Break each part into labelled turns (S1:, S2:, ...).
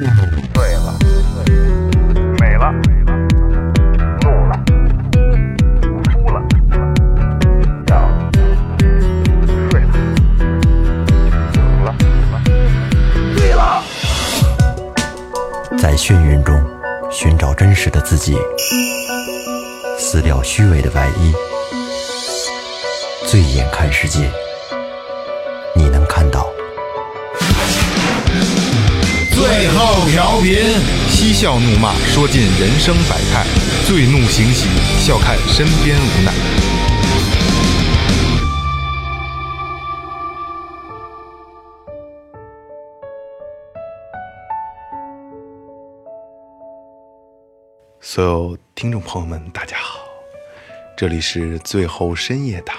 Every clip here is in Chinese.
S1: 了，
S2: 美了，怒了，哭了，笑了，睡了，醒了，醉了。
S3: 在眩晕中寻找真实的自己，撕掉虚伪的外衣，醉眼看世界，你能看到。
S4: 最后调频，
S1: 嬉笑怒骂，说尽人生百态；醉怒行喜，笑看身边无奈。所有听众朋友们，大家好，这里是最后深夜档，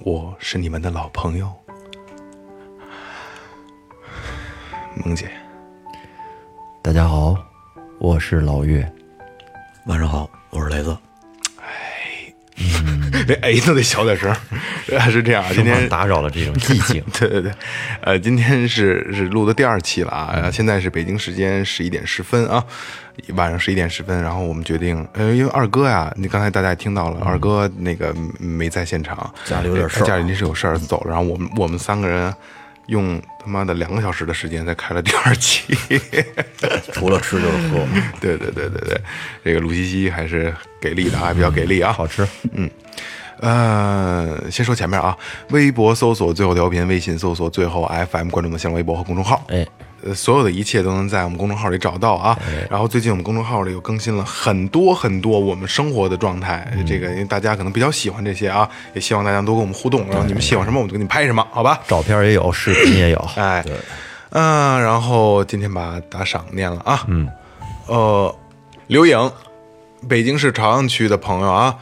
S1: 我是你们的老朋友萌姐。
S3: 大家好，我是老岳。
S5: 晚上好，我是雷子。
S1: 这 哎都得小点声儿， 呃是这样啊，今
S3: 生怕
S1: 天
S3: 打扰了这 种寂静
S1: 对对对，呃，今天是是录的第二期了啊，
S5: 嗯
S1: 呃现在是北京时间十一点十分啊，晚上十一点十分，然后我们决定，呃，因为二哥呀，你刚才大家也听到了，二哥那个嗯没在现场，
S5: 家里有点事儿
S1: 呃家里临时有事儿走了，然后我们我们三个人用他妈的两个小时的时间才开了第二 期。
S5: 除了吃就是 喝，
S1: 对对对对对，这个鲁西西还是给力的
S5: 嗯
S1: 啊，比较给力啊，好吃。嗯，呃，先说前面啊，微博搜索最后调频，微信搜索最后 FM，关注我们新浪微博和公众号。
S3: 哎，
S1: 呃，所有的一切都能在我们公众号里找到啊。
S5: 哎
S1: 然后最近我们公众号里又更新了很多很多我们生活的状态，
S5: 嗯
S1: 这个因为大家可能比较喜欢这些啊，也希望大家多跟我们互动。然后你们喜欢什么，我们就给你拍什么，好吧？
S3: 照片也有，视频也有。
S1: 哎，嗯、然后今天把打赏念了啊，嗯，呃，刘颖，北京市朝阳区的朋友啊，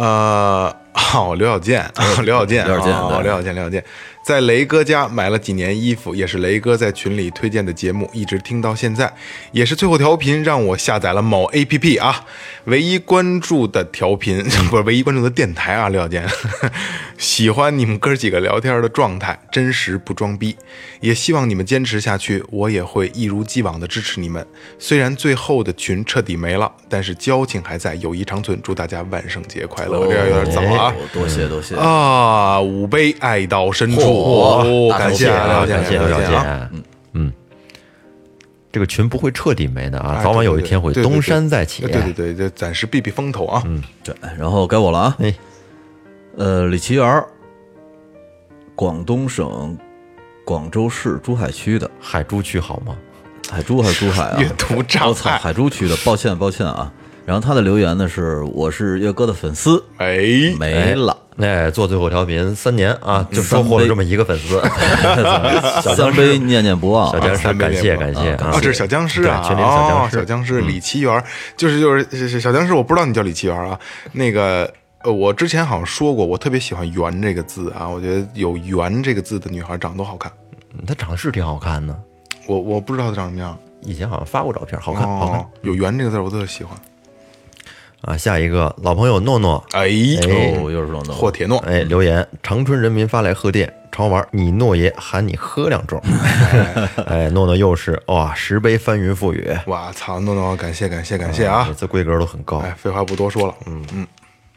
S1: 呃，哦，刘小健， 刘小健，
S5: 哎刘小健
S1: 哦
S5: 对
S1: 刘小健，刘小健，在雷哥家买了几年衣服，也是雷哥在群里推荐的节目，一直听到现在，也是最后调频让我下载了某 APP 啊，唯一关注的调频 不是唯一关注的电台啊，刘小健， 喜欢你们哥几个聊天的状态，真实不装逼，也希望你们坚持下去，我也会一如既往的支持你们。虽然最后的群彻底没了，但是交情还在，友谊长存。祝大家万圣节快乐！我这样有点早啊。
S5: 哦多谢多谢。
S1: 啊，五杯爱到深处，
S5: 嚯
S1: 哦感谢
S5: 大
S1: 啊
S5: 头
S1: 了解
S5: 见
S3: 感谢
S1: 了
S3: 刘小
S1: 解啊！
S3: 健。嗯，这个群不会彻底没的啊，
S1: 哎
S3: 早晚有一天会
S1: 对对对
S3: 东山再起。啊
S1: 对啊对对对，暂时避避风头啊。
S3: 嗯
S5: 对，然后该我了啊。
S3: 哎
S5: 呃，李奇园，广东省广州市珠海区的，
S3: 海珠区好吗？
S5: 海珠还是珠海啊？
S1: 阅读障碍
S5: 我操，海珠区的，抱歉抱歉啊。然后他的留言呢是：我是岳哥的粉丝，
S1: 哎，
S5: 没了。
S3: 哎，做最后调频三年
S1: 嗯
S3: 啊，就收获了这么一个粉 丝，
S5: 三杯念念不忘
S3: 小
S5: 啊
S3: 僵！尸，感谢感谢啊
S1: 哦，！这是小僵尸啊，
S3: 对群里的小
S1: 哦
S3: 僵，尸嗯
S1: 小僵尸李奇缘，就是就是是是小僵尸，我不知道你叫李奇缘啊。那个呃，我之前好像说过，我特别喜欢“圆”这个字啊，我觉得有“圆”这个字的女孩长得都好看。
S3: 嗯她长得是挺好看的，
S1: 我我不知道她长什么样，
S3: 以前好像发过照片，好看好看
S1: 哦，有“圆”这个字我特喜欢。
S3: 啊！下一个老朋友诺诺，
S1: 哎
S5: 哦，又是这种
S1: 霍铁诺，
S3: 哎，留言：长春人民发来贺电，常玩，你诺爷喊你喝两 盅。哎，诺诺又是哇，十杯翻云覆雨，
S1: 哇操，诺诺，感谢感谢感谢啊
S3: 每！次规格都很高。
S1: 哎，废话不多说了，嗯嗯，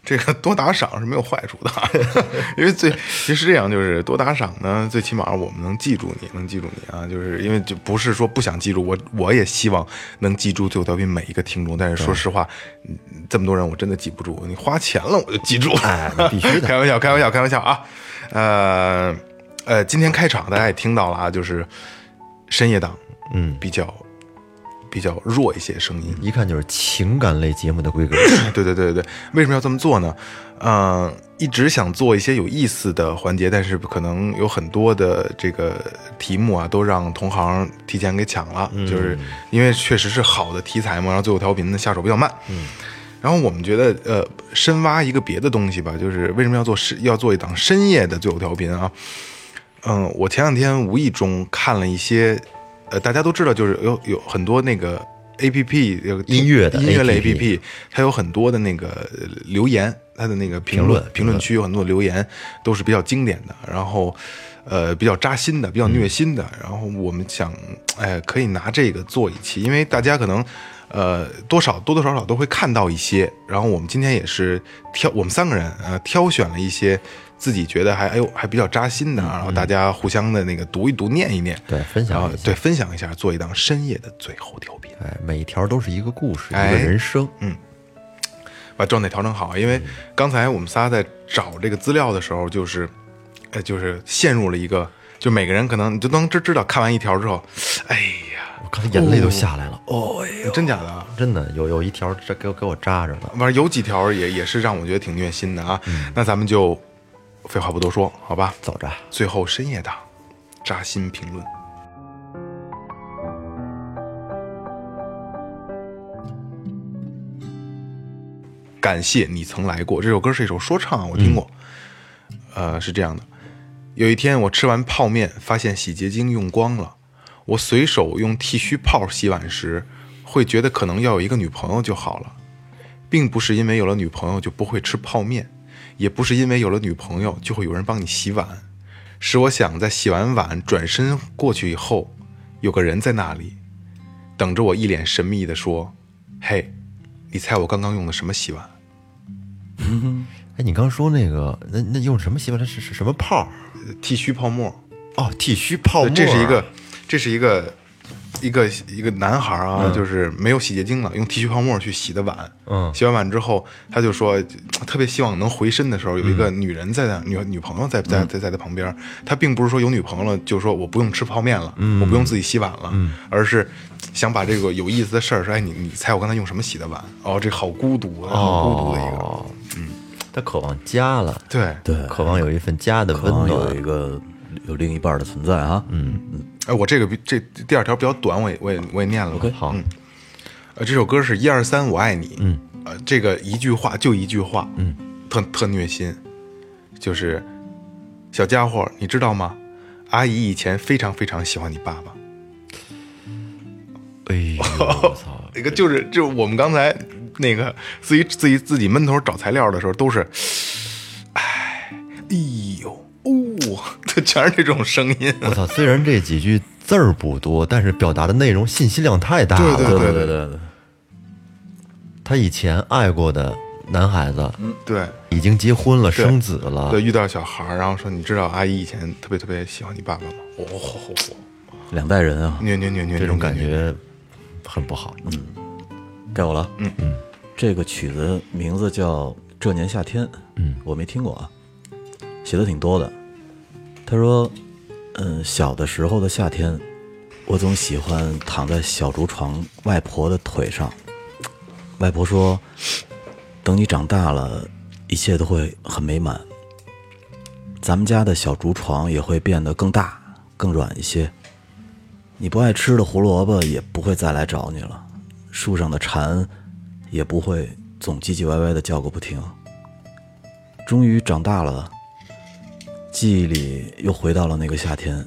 S1: 这个多打赏是没有坏处的， 因为最其实这样就是多打赏呢，最起码我们能记住你，能记住你啊，就是因为就不是说不想记住我，我也希望能记住最后调频每一个听众，但是说实话，嗯这么多人我真的记不住，你花钱了我就记住，
S3: 哎那必须的
S1: 开玩笑，开玩笑，开玩笑啊，呃呃，今天开场大家也听到了啊，就是深夜档，嗯，比较比较弱一些声音，
S3: 一看就是情感类节目的规 格，
S1: 对对对对对，为什么要这么做呢？嗯、一直想做一些有意思的环节，但是可能有很多的这个题目啊，都让同行提前给抢了，就是因为确实是好的题材嘛，然后最后调频呢下手比较慢。嗯。然后我们觉得，呃，深挖一个别的东西吧，就是为什么要做深要做一档深夜的最后调频啊？嗯，呃我前两天无意中看了一些，呃，大家都知道，就是有有很多那个 A P P 这个
S3: 音乐的
S1: 音乐类
S3: APP
S1: P，它有很多的那个呃留言，它的那个评
S3: 评
S1: 论
S3: 论嗯
S1: 评论区有很多留言都是比较经典的，然后呃比较扎心的，比较
S3: 嗯
S1: 虐心的，然后我们想，哎，可以拿这个做一期，因为大家可能。呃，多少多多少少都会看到一些，然后我们今天也是挑我们三个人呃挑选了一些自己觉得还哎呦还比较扎心的，然后大家互相的那个读一读念一念，
S3: 嗯对分享
S1: 然后
S3: 一下
S1: 对分享一下，做一档深夜的最后调频。
S3: 哎，每一条都是一个故事，一
S1: 哎
S3: 个人生。
S1: 把状态调整好，啊因为刚才我们仨在找这个资料的时候，就是，呃，就是陷入了一个，就每个人可能你就能知知道看完一条之后，哎呀，
S3: 我刚才眼泪都下来了，哦，
S1: 真假的啊，
S3: 真的有有一条这给我给我扎着了。
S1: 反正有几条也也是让我觉得挺虐心的啊。那咱们就废话不多说，好吧？
S3: 走着，
S1: 最后深夜档，扎心评论。感谢你曾来过。这首歌是一首说唱啊，我听过。呃，是这样的，有一天我吃完泡面，发现洗洁精用光了。我随手用剃须泡洗碗时，会觉得可能要有一个女朋友就好了，并不是因为有了女朋友就不会吃泡面，也不是因为有了女朋友就会有人帮你洗碗，使我想在洗完碗转身过去以后，有个人在那里，等着我一脸神秘地说：“嘿，你猜我刚刚用的什么洗碗？
S3: 哎，你刚说那个，那那用什么洗碗？它是是什么泡？
S1: 呃剃须泡沫。”
S3: 哦，剃须泡沫。啊
S1: 对，这是一个，这是一个，一个一个男孩啊，就是没有洗洁精了，用剃须泡沫去洗的碗。
S3: 嗯
S1: 洗完碗之后，他就说特别希望能回身的时候，有一
S3: 嗯
S1: 个女人在那，女女朋友在在在在他旁边。他并不是说有女朋友了就说我不用吃泡面了，
S3: 嗯
S1: 我不用自己洗碗了，而是想把这个有意思的事儿说，哎，你你猜我刚才用什么洗的碗？哦，这好孤独啊，好孤独的一个。
S3: 哦，嗯，他渴望家了，
S1: 对，
S5: 对，
S3: 渴望有一份家的
S5: 渴
S3: 温
S5: 望啊有
S3: 暖
S5: 一。个有另一半的存在啊。嗯，
S1: 哎，我这个比这第二条比较短，我也我也我也念了吧。
S3: 好，
S1: 呃，这首歌是一二三，我爱你。嗯，呃，这个一句话就一句话，嗯，特特虐心，就是小家伙，你知道吗？阿姨以前非常非常喜欢你爸爸。
S3: 哎呦，我操！
S1: 那个就是就是我们刚才那个自己自己自己闷头找材料的时候，都是，哎，哎呦，哦，就全是这种声音。
S3: 我操！虽然这几句字儿不多，但是表达的内容信息量太大了。
S1: 对
S5: 对
S1: 对
S5: 对对对，
S3: 他以前爱过的男孩子
S1: 对
S3: 已经结婚了，
S1: 对
S3: 生子了
S1: 对，，遇到小孩儿，然后说你知道阿姨以前特别特别喜欢你爸爸吗？哦，
S5: 两代人啊，
S1: 虐虐虐虐，
S3: 这种感
S1: 虐。虐
S3: 觉很不好。嗯，
S5: 该我了。嗯嗯，这个曲子名字叫《这年夏天》。嗯，我没听过啊，写的挺多的。他说，嗯，小的时候的夏天，我总喜欢躺在小竹床外婆的腿上。外婆说，等你长大了，一切都会很美满。咱们家的小竹床也会变得更大、更软一些。你不爱吃的胡萝卜也不会再来找你了，树上的蝉也不会总唧唧歪歪的叫个不停。终于长大了，记忆里又回到了那个夏天，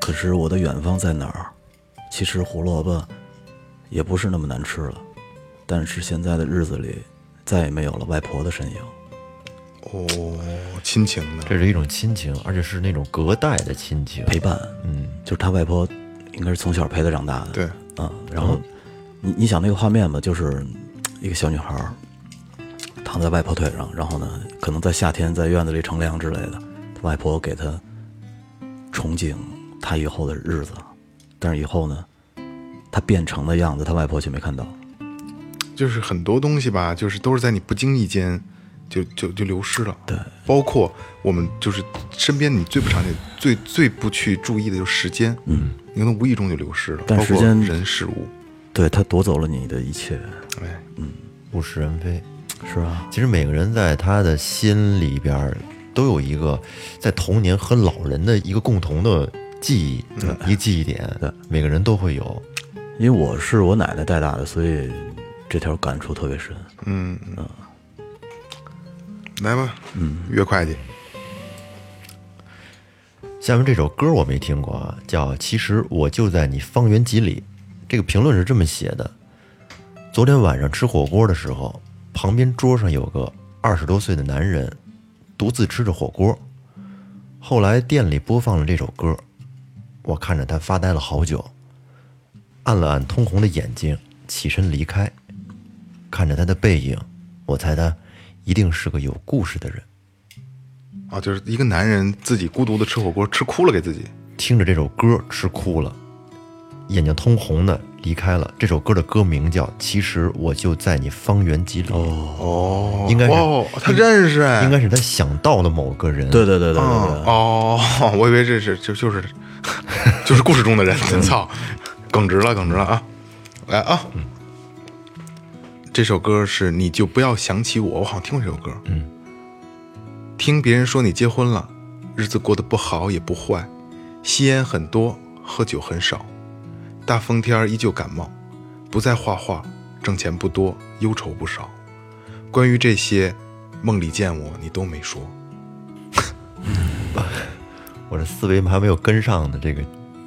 S5: 可是我的远方在哪儿？其实胡萝卜也不是那么难吃了，但是现在的日子里再也没有了外婆的身影。
S1: 哦，亲情的，
S3: 这是一种亲情，而且是那种隔代的亲情。
S5: 陪伴，嗯，就是他外婆应该是从小陪他长大的，
S1: 对，
S5: 嗯，然后你你想那个画面吧，就是一个小女孩儿躺在外婆腿上，然后呢，可能在夏天在院子里乘凉之类的，她外婆给她憧憬她以后的日子，但是以后呢，她变成的样子，她外婆却没看到，
S1: 就是很多东西吧，就是都是在你不经意间就就就流失了。对，包括我们就是身边你最不常见、最最不去注意的就是时间，嗯，你可能无意中就流失了，
S5: 但
S1: 包括
S5: 时间
S1: 人事物，
S5: 对她夺走了你的一切，
S1: 哎，
S3: 物是人非。
S5: 是啊，
S3: 其实每个人在他的心里边儿都有一个在童年和老人的一个共同的记忆，一个记忆点，
S5: 对
S3: 每个人都会有。
S5: 因为我是我奶奶带大的，所以这条感触特别深。
S1: 嗯嗯，来吧，嗯，岳会计，
S3: 下面这首歌我没听过啊，叫《其实我就在你方圆几里》。这个评论是这么写的：昨天晚上吃火锅的时候，旁边桌上有个二十多岁的男人，独自吃着火锅。后来店里播放了这首歌，我看着他发呆了好久，按了按通红的眼睛，起身离开。看着他的背影，我猜他一定是个有故事的人。
S1: 啊，就是一个男人自己孤独的吃火锅，吃哭了给自己。
S3: 听着这首歌吃哭了，眼睛通红的离开了。这首歌的歌名叫《其实我就在你方圆几里》，
S1: 哦
S3: 应该是
S1: 哦，他认识哎，
S3: 应该是他想到的某个人。
S5: 对对对对对
S1: 嗯
S5: 对，
S1: 哦， 我以为这是就就是就是故事中的人，操，耿直了，耿直了啊！来啊，这首歌是你就不要想起我，我好像听过这首歌。嗯，听别人说你结婚了，日子过得不好也不坏，吸烟很多，喝酒很少，大风天儿依旧感冒，不再画画，挣钱不多，忧愁不少。关于这些，梦里见我你都没说。
S3: 我这思维还没有跟上的这个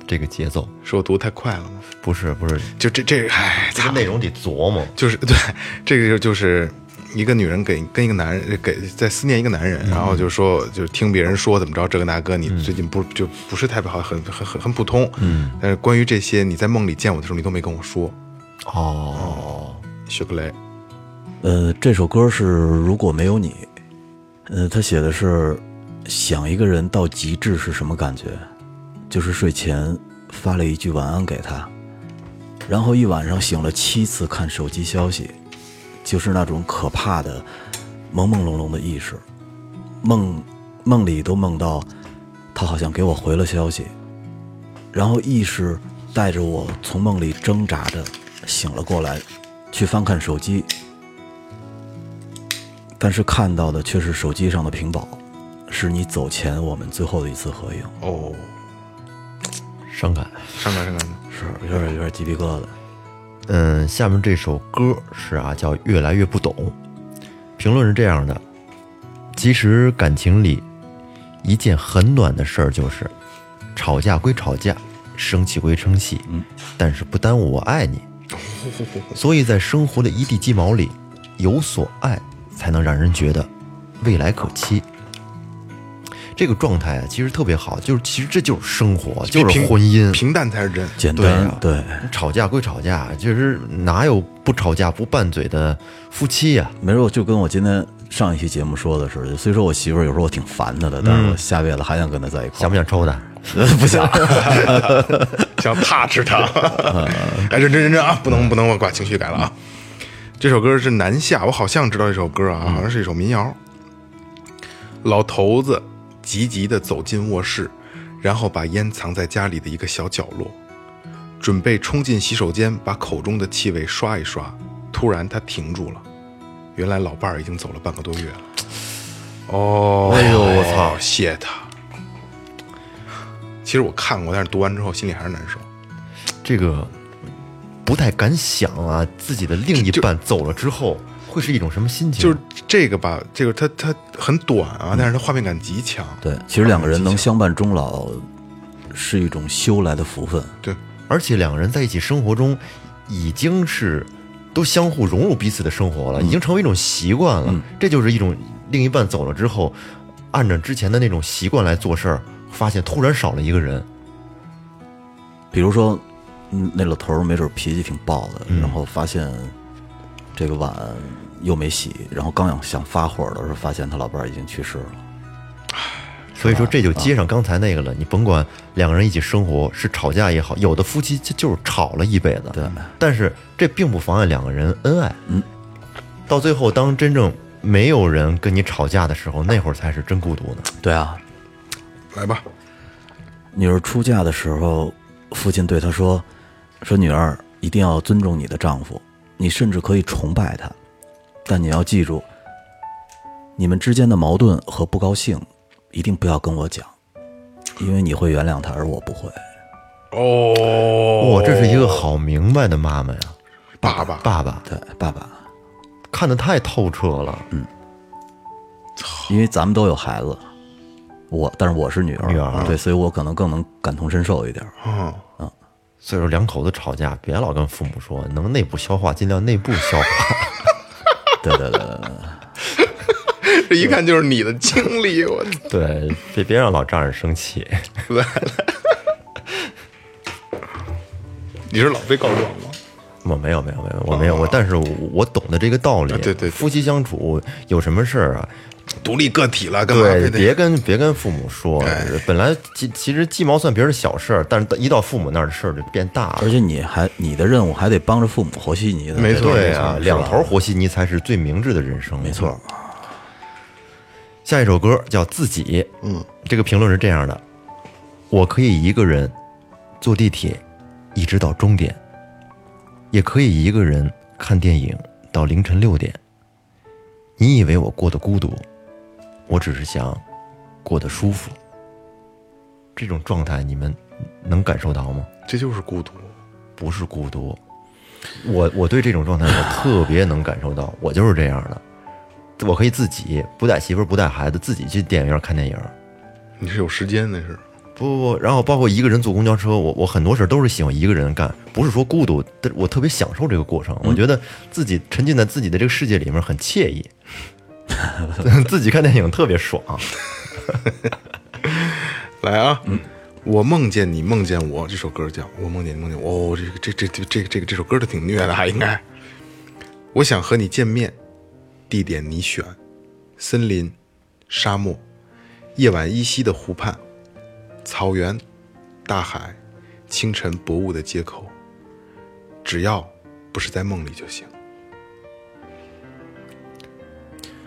S3: 这个节奏，
S1: 是我读太快了吗？
S3: 不是不是，
S1: 就这这，哎，
S3: 这个
S1: 操，
S3: 内容得琢磨。
S1: 就是对，这个就就是一个女人给跟一个男人给在思念一个男人，然后就说就是听别人说怎么着，这个大哥你最近不就不是太好，很很很很普通，嗯，但是关于这些你在梦里见我的时候你都没跟我说，
S3: 哦，
S1: 雪克雷，
S5: 呃，这首歌是《如果没有你》，呃，他写的是想一个人到极致是什么感觉，就是睡前发了一句晚安给他，然后一晚上醒了七次看手机消息，就是那种可怕的朦朦胧胧的意识，梦梦里都梦到他好像给我回了消息，然后意识带着我从梦里挣扎着醒了过来，去翻看手机，但是看到的却是手机上的屏保，是你走前我们最后的一次合影，
S1: 哦，
S3: 伤感。
S1: 上感上感，
S5: 是有点有点鸡皮疙瘩。
S3: 嗯，下面这首歌是啊，叫《越来越不懂》，评论是这样的：其实感情里一件很暖的事儿就是，吵架归吵架，生气归生气，
S1: 嗯
S3: 但是不耽误我爱 你。所以在生活的一地鸡毛里，有所爱才能让人觉得未来可期。这个状态啊，其实特别好，就是其实这就是生活，就是
S1: 平
S3: 婚姻，
S1: 平淡才是真，
S5: 简
S3: 对
S5: 单
S3: 啊，
S5: 对,、
S3: 吵架归吵架，就是哪有不吵架不拌嘴的夫妻呀、
S5: 没准我就跟我今天上一期节目说的似的，虽说我媳妇儿有时候我挺烦她的，但是我下辈子还嗯想跟她在一块
S3: 想
S5: 儿。
S3: 不想抽他？
S5: 不想，
S1: 想踏实他，哎，认真认真啊，不能不能我把情绪改了啊。这首歌是南下，我好像知道这首歌
S3: 嗯
S1: 啊，好像是一首民谣。老头子急急地走进卧室，然后把烟藏在家里的一个小角落，准备冲进洗手间把口中的气味刷一刷。突然他停住了，原来老伴儿已经走了半个多月了。哦，
S3: 哎呦我操
S1: 谢他。其实我看过，但是读完之后心里还是难受。
S3: 这个不太敢想啊，自己的另一半走了之后会是一种什么心情？
S1: 就是这个吧，这个它它很短啊，但是它画面感极强。
S5: 对，其实两个人能相伴终老，是一种修来的福分。
S1: 对，
S3: 而且两个人在一起生活中已经是都相互融入彼此的生活
S1: 嗯
S3: 了，已经成为一种习惯了。这就是一种另一半走了之后，按照之前的那种习惯来做事儿，发现突然少了一个人，
S5: 比如说，嗯，那老头儿没准脾气挺暴的，然后发现这个碗又没洗，然后刚想想发火的时候，发现他老伴儿已经去世了。
S3: 所以说这就接上刚才那个了，你甭管两个人一起生活是吵架也好，有的夫妻就就是吵了一辈子，
S5: 对，
S3: 但是这并不妨碍两个人恩爱。嗯，到最后当真正没有人跟你吵架的时候，那会儿才是真孤独呢。
S5: 对啊，
S1: 来吧，
S5: 女儿出嫁的时候，父亲对她说：“说女儿一定要尊重你的丈夫，你甚至可以崇拜他，但你要记住，你们之间的矛盾和不高兴，一定不要跟我讲，因为你会原谅他，而我不会。
S1: 哦，
S3: 哇、这是一个好明白的妈妈呀，
S1: 爸爸，
S3: 爸爸
S5: 对，爸爸，
S3: 看得太透彻了。
S5: 因为咱们都有孩子，我但是我是女儿，
S3: 女儿
S5: 对，所以我可能更能感同身受一点。
S1: 嗯，
S3: 所以说两口子吵架，别老跟父母说，能内部消化尽量内部消化。
S5: 对对对对 对，
S1: 这一看就是你的经历，我 操！
S3: 对，别别让老丈人生气。
S1: 你是老被告状吗？
S3: 我没有没有没有，我没有我，但是我我懂得这个道理。
S1: 哦啊对对对
S3: 夫妻相处有什么事儿啊？
S1: 独立个体了，干嘛
S3: 对
S1: 非，得
S3: 别跟别跟父母说。
S1: 哎
S3: 呃本来其其实鸡毛蒜皮儿的小事儿，但是一到父母那儿的事儿就变大了
S1: 哎
S5: 而。且你还你的任务还得帮着父母和稀泥呢。
S1: 没错
S3: 对
S5: 是
S3: 啊
S5: 吧，
S3: 两头和稀泥才是最明智的人生。没
S5: 没错，
S3: 下一首歌叫《自己》，嗯，这个评论是这样的：我可以一个人坐地铁，一直到终点；也可以一个人看电影到凌晨六点。你以为我过得孤独，我只是想过得舒服。这种状态你们能感受到吗？
S1: 这就是孤独。
S3: 不是孤独。我我对这种状态我特别能感受到，我就是这样的。我可以自己不带媳妇儿不带孩子，自己去电影院看电影。
S1: 你是有时间的是？
S3: 不不不，然后包括一个人坐公交车，我我很多事儿都是喜欢一个人干，不是说孤独，但我特别享受这个过程。我觉得自己沉浸在自己的这个世界里面很惬意， 自己看电影特别爽。
S1: 来啊，
S3: 嗯
S1: 我梦见你梦见我这首歌叫《我梦见你梦见我》，哦，这个这这这这这个这首歌都挺虐的，啊还应该。我想和你见面，地点你选，森林、沙漠、夜晚依稀的湖畔、草原、大海、清晨薄雾的街口，只要不是在梦里就行。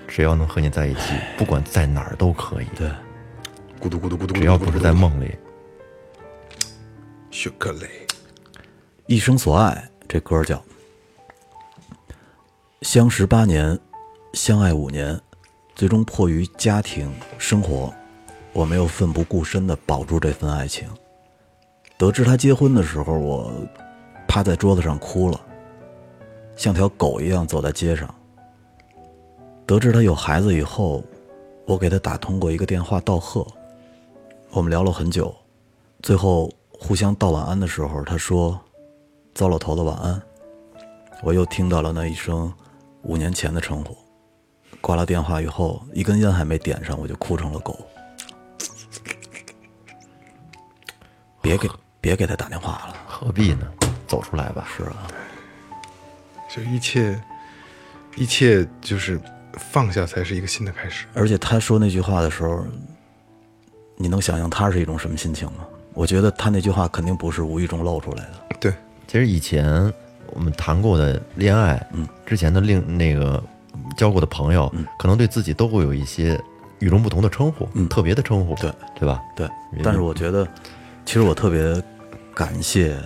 S3: 只要能和你在一起，不管在哪儿都可以，
S5: 对，
S1: 咕嘟咕嘟咕嘟咕嘟咕嘟咕嘟，
S3: 只要不是在梦里。
S1: 雪克雷，
S5: 一生所爱这歌儿叫。相识八年，相爱五年，最终迫于家庭生活，我没有奋不顾身的保住这份爱情。得知他结婚的时候，我趴在桌子上哭了，像条狗一样走在街上。得知他有孩子以后，我给他打通过一个电话道贺，我们聊了很久，最后互相道晚安的时候，他说：“糟老头子晚安。”我又听到了那一声五年前的称呼。挂了电话以后，一根烟还没点上，我就哭成了狗。别给别给他打电话了，
S3: 何必呢？走出来吧。是啊，
S1: 就一切，一切就是放下才是一个新的开始。
S5: 而且他说那句话的时候，你能想象他是一种什么心情吗？我觉得他那句话肯定不是无意中露出来的。
S1: 对，
S3: 其实以前我们谈过的恋爱，嗯，之前的另那个交过的朋友，
S5: 嗯
S3: 可能对自己都会有一些与众不同的称呼，特别的称呼，
S5: 嗯对
S3: 对吧？
S5: 对
S3: 明白，
S5: 但是我觉得，其实我特别感谢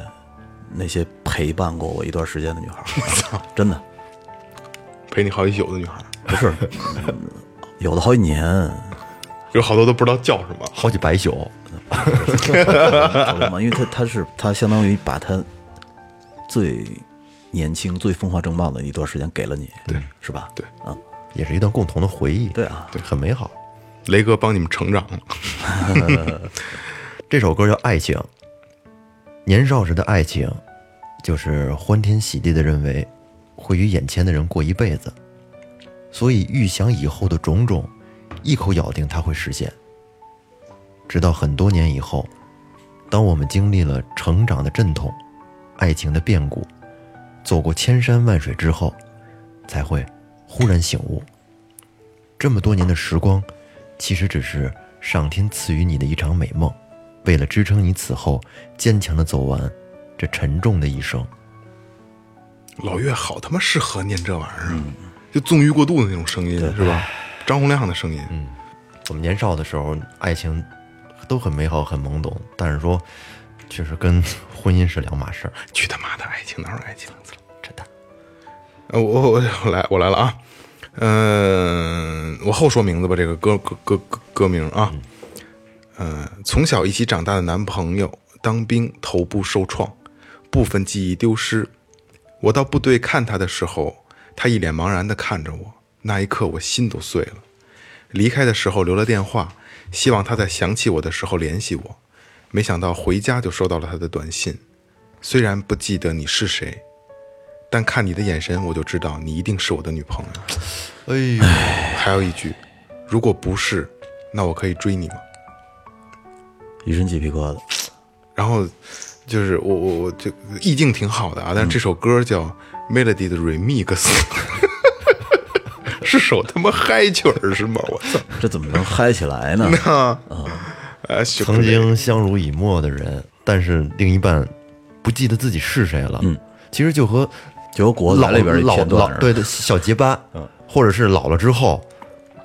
S5: 那些陪伴过我一段时间的女孩儿，真的
S1: 陪你好一宿的女孩，
S5: 不是， 有的好几年，
S1: 有好多都不知道叫什么。
S3: 好几百宿，
S5: 好了嘛，因为她她是她相当于把她最年轻、最风华正茂的一段时间给了你，对，是吧？
S1: 对
S5: 啊，
S3: 也是一段共同的回忆，
S5: 对啊，
S3: 很美好。
S1: 雷哥帮你们成长了，
S3: 这首歌叫《爱情》，年少时的爱情，就是欢天喜地的认为会与眼前的人过一辈子，所以预想以后的种种，一口咬定它会实现。直到很多年以后，当我们经历了成长的阵痛、爱情的变故，走过千山万水之后，才会忽然醒悟，这么多年的时光，其实只是上天赐予你的一场美梦，为了支撑你此后坚强的走完这沉重的一生。
S1: 老岳好他妈适合念这玩意儿啊，就纵欲过度的那种声音是吧？张洪亮的声音，
S3: 我们年少的时候，爱情都很美好，很懵懂，但是说，确实跟婚姻是两码事儿。
S1: 去他妈的爱情哪有爱情？操，真的。呃，我我我来我来了啊，嗯、我后说名字吧，这个歌歌歌歌歌名啊，呃，从小一起长大的男朋友当兵头部受创，部分记忆丢失。我到部队看他的时候，他一脸茫然地看着我，那一刻我心都碎了。离开的时候留了电话，希望他在想起我的时候联系我。没想到回家就收到了他的短信，虽然不记得你是谁，但看你的眼神，我就知道你一定是我的女朋友。
S3: 哎呦，
S1: 还有一句，如果不是，那我可以追你吗？
S5: 一身鸡皮疙瘩。
S1: 然后就是我我我这意境挺好的啊，但是这首歌叫 Melody 的 Remix，、是首他妈嗨曲儿是吗？我操！
S5: 这怎么能嗨起来呢？
S1: 哎，
S3: 啊曾经相濡以沫的人，但是另一半不记得自己是谁了。嗯，其实就和
S5: 就和国
S3: 老
S5: 来里边一
S3: 老
S5: 片段
S3: 老
S5: 似的
S3: 对对小结巴，嗯，或者是老了之后，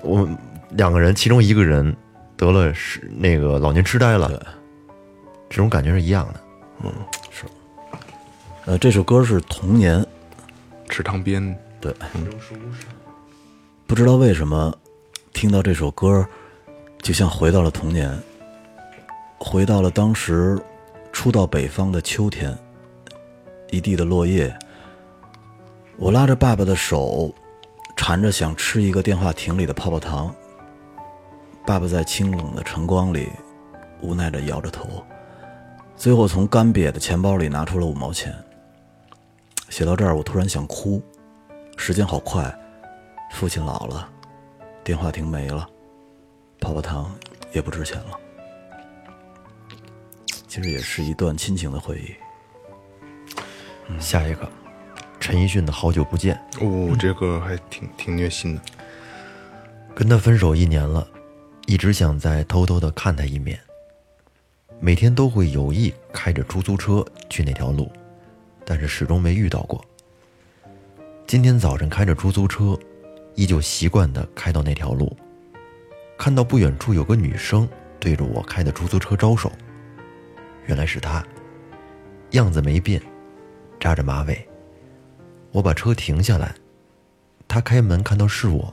S3: 我们两个人其中一个人得了是那个老年痴呆了，这种感觉是一样的。
S5: 呃，这首歌是童年，
S1: 池塘边，
S5: 对，不知道为什么听到这首歌，就像回到了童年，回到了当时初到北方的秋天，一地的落叶。我拉着爸爸的手，缠着想吃一个电话亭里的泡泡糖。爸爸在清冷的晨光里，无奈的摇着头，最后从干瘪的钱包里拿出了五毛钱。写到这儿，我突然想哭，时间好快，父亲老了，电话亭没了，泡泡糖也不值钱了。其实也是一段亲情的回忆。嗯
S3: 下一个，陈奕迅的《好久不见
S1: 哦，这歌还挺挺虐心的。》，
S3: 跟他分手一年了，一直想再偷偷的看他一面，每天都会有意开着出租车去那条路，但是始终没遇到过。今天早晨开着出租车，依旧习惯的开到那条路，看到不远处有个女生对着我开的出租车招手，原来是她，样子没变，扎着马尾。我把车停下来，她开门看到是我，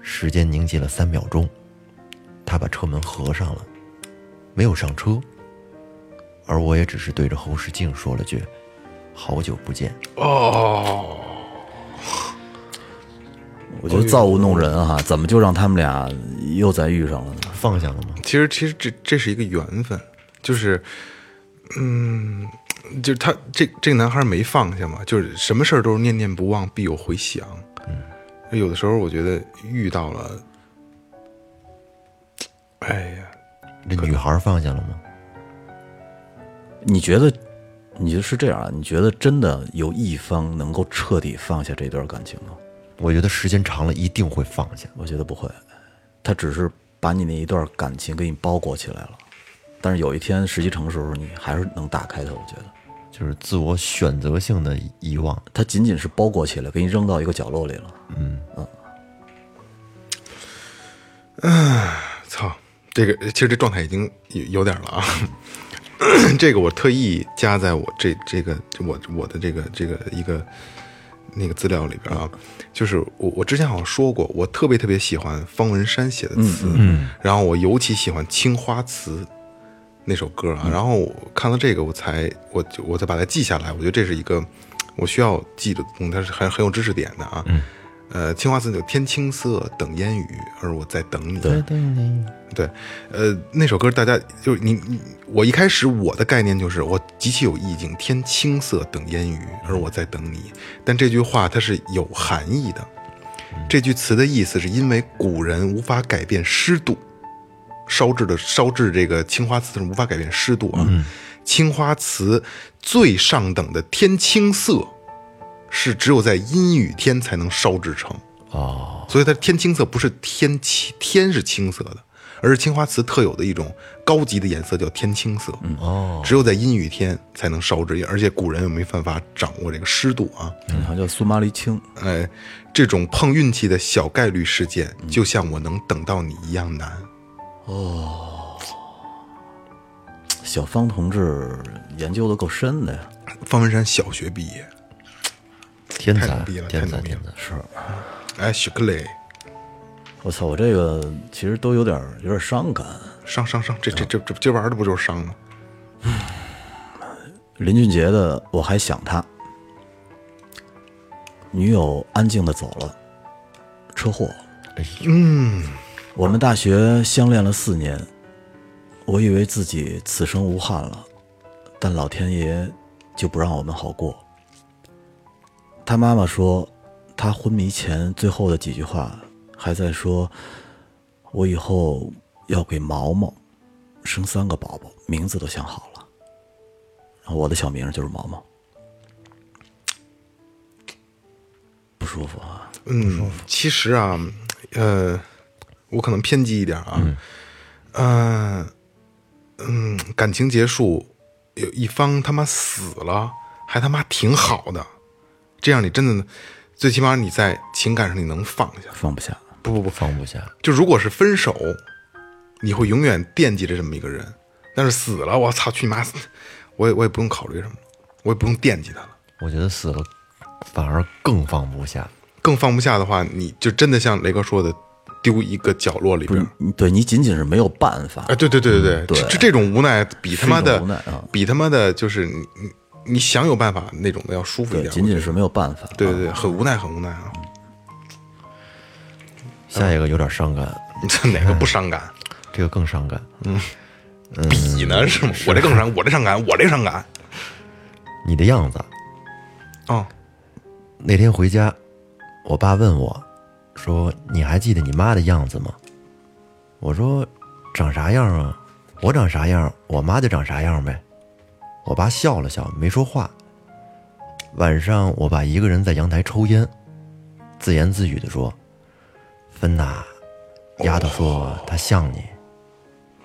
S3: 时间凝结了三秒钟，她把车门合上了，没有上车，而我也只是对着后视镜说了句：“好久不见。”哦
S5: 我觉得造物弄人哈、怎么就让他们俩又再遇上了呢？
S3: 放下了吗？
S1: 其实其实这这是一个缘分，就是，嗯，就是他这这个男孩没放下嘛，就是什么事儿都是念念不忘，必有回响。嗯，有的时候我觉得遇到了，哎呀，
S3: 这女孩放下了吗？
S5: 你觉得，你觉得是这样啊？你觉得真的有一方能够彻底放下这段感情吗？
S3: 我觉得时间长了一定会放下。
S5: 我觉得不会，他只是把你那一段感情给你包裹起来了。但是有一天时机成熟的时候，你还是能打开它。我觉得
S3: 就是自我选择性的遗忘，
S5: 它仅仅是包裹起来，给你扔到一个角落里了。
S1: 操，这个其实这状态已经有有点了啊。 这个我特意加在我这这个我我的这个这个一个那个资料里边啊，就是我我之前好像说过，我特别特别喜欢方文山写的词，然后我尤其喜欢《青花瓷》那首歌啊，然后我看了这个，我才我就我才把它记下来，我觉得这是一个我需要记的东西，它是很很有知识点的啊。呃，青花瓷有天青色，等烟雨，而我在等你。对，呃，那首歌大家就是你你我一开始我的概念就是我极其有意境，天青色等烟雨，而我在等你。但这句话它是有含义的，这句词的意思是因为古人无法改变湿度，烧制的烧制这个青花瓷是无法改变湿度啊。青花瓷最上等的天青色，是只有在阴雨天才能烧制成。所以它天青色不是天青，天是青色的，而是青花瓷特有的一种高级的颜色，叫天青色。哦，只有在阴雨天才能烧制，而且古人又没办法掌握这个湿度啊。
S5: 好像叫苏麻离青，
S1: 哎，这种碰运气的小概率事件，就像我能等到你一样难。
S5: 小芳同志研究的够深的呀。
S1: 方文山小学毕业，
S3: 天
S1: 太
S3: 才
S1: 牛逼了，
S3: 天
S1: 太
S3: 才，
S1: 牛逼了
S3: 天才！
S5: 是，
S1: 哎，许克雷，
S5: 我操，我这个其实都有点有点伤感。
S1: 上上上，这这这这这玩意儿不就是伤吗？
S5: 林俊杰的《我还想他》，女友安静的走了，车祸。嗯，我们大学相恋了四年，我以为自己此生无憾了，但老天爷就不让我们好过。他妈妈说，他昏迷前最后的几句话还在说：“我以后要给毛毛生三个宝宝，名字都想好了。”然后我的小名就是毛毛，不舒服啊。
S1: 嗯，其实啊，呃，我可能偏激一点啊，嗯、呃，嗯，感情结束，有一方他妈死了，还他妈挺好的，这样你真的，最起码你在情感上你能放下。
S5: 放不下。
S1: 不不不，
S3: 放不下。
S1: 就如果是分手，你会永远惦记着这么一个人，但是死了，我操，去你妈死！ 我也我也不用考虑什么了，我也不用惦记他了。
S3: 我觉得死了反而更放不下。
S1: 更放不下的话，你就真的像雷哥说的，丢一个角落里边儿。
S5: 你对你仅仅是没有办法
S1: 啊，，对对对对对，
S5: 嗯对
S1: 这这这种无奈比他妈
S5: 是一
S1: 的
S5: 种无奈啊
S1: 比他妈的就是你你你想有办法那种的要舒服一
S5: 对，
S1: 点。
S5: 仅仅是没有办法。
S1: 对对对，很无奈，很无奈啊！
S3: 下一个有点伤感，
S1: 你这哪
S5: 嗯
S1: 个不伤感？
S3: 这个更伤感。
S1: 比呢是吗？我这更伤，我这伤感，我这伤感。
S3: 你的样子，啊
S1: 哦，
S3: 那天回家，我爸问我，说你还记得你妈的样子吗？我说长啥样啊？我长啥样，我妈就长啥样呗。我爸笑了笑，没说话。晚上，我爸一个人在阳台抽烟，自言自语地说：“芬呐，丫头说她像你。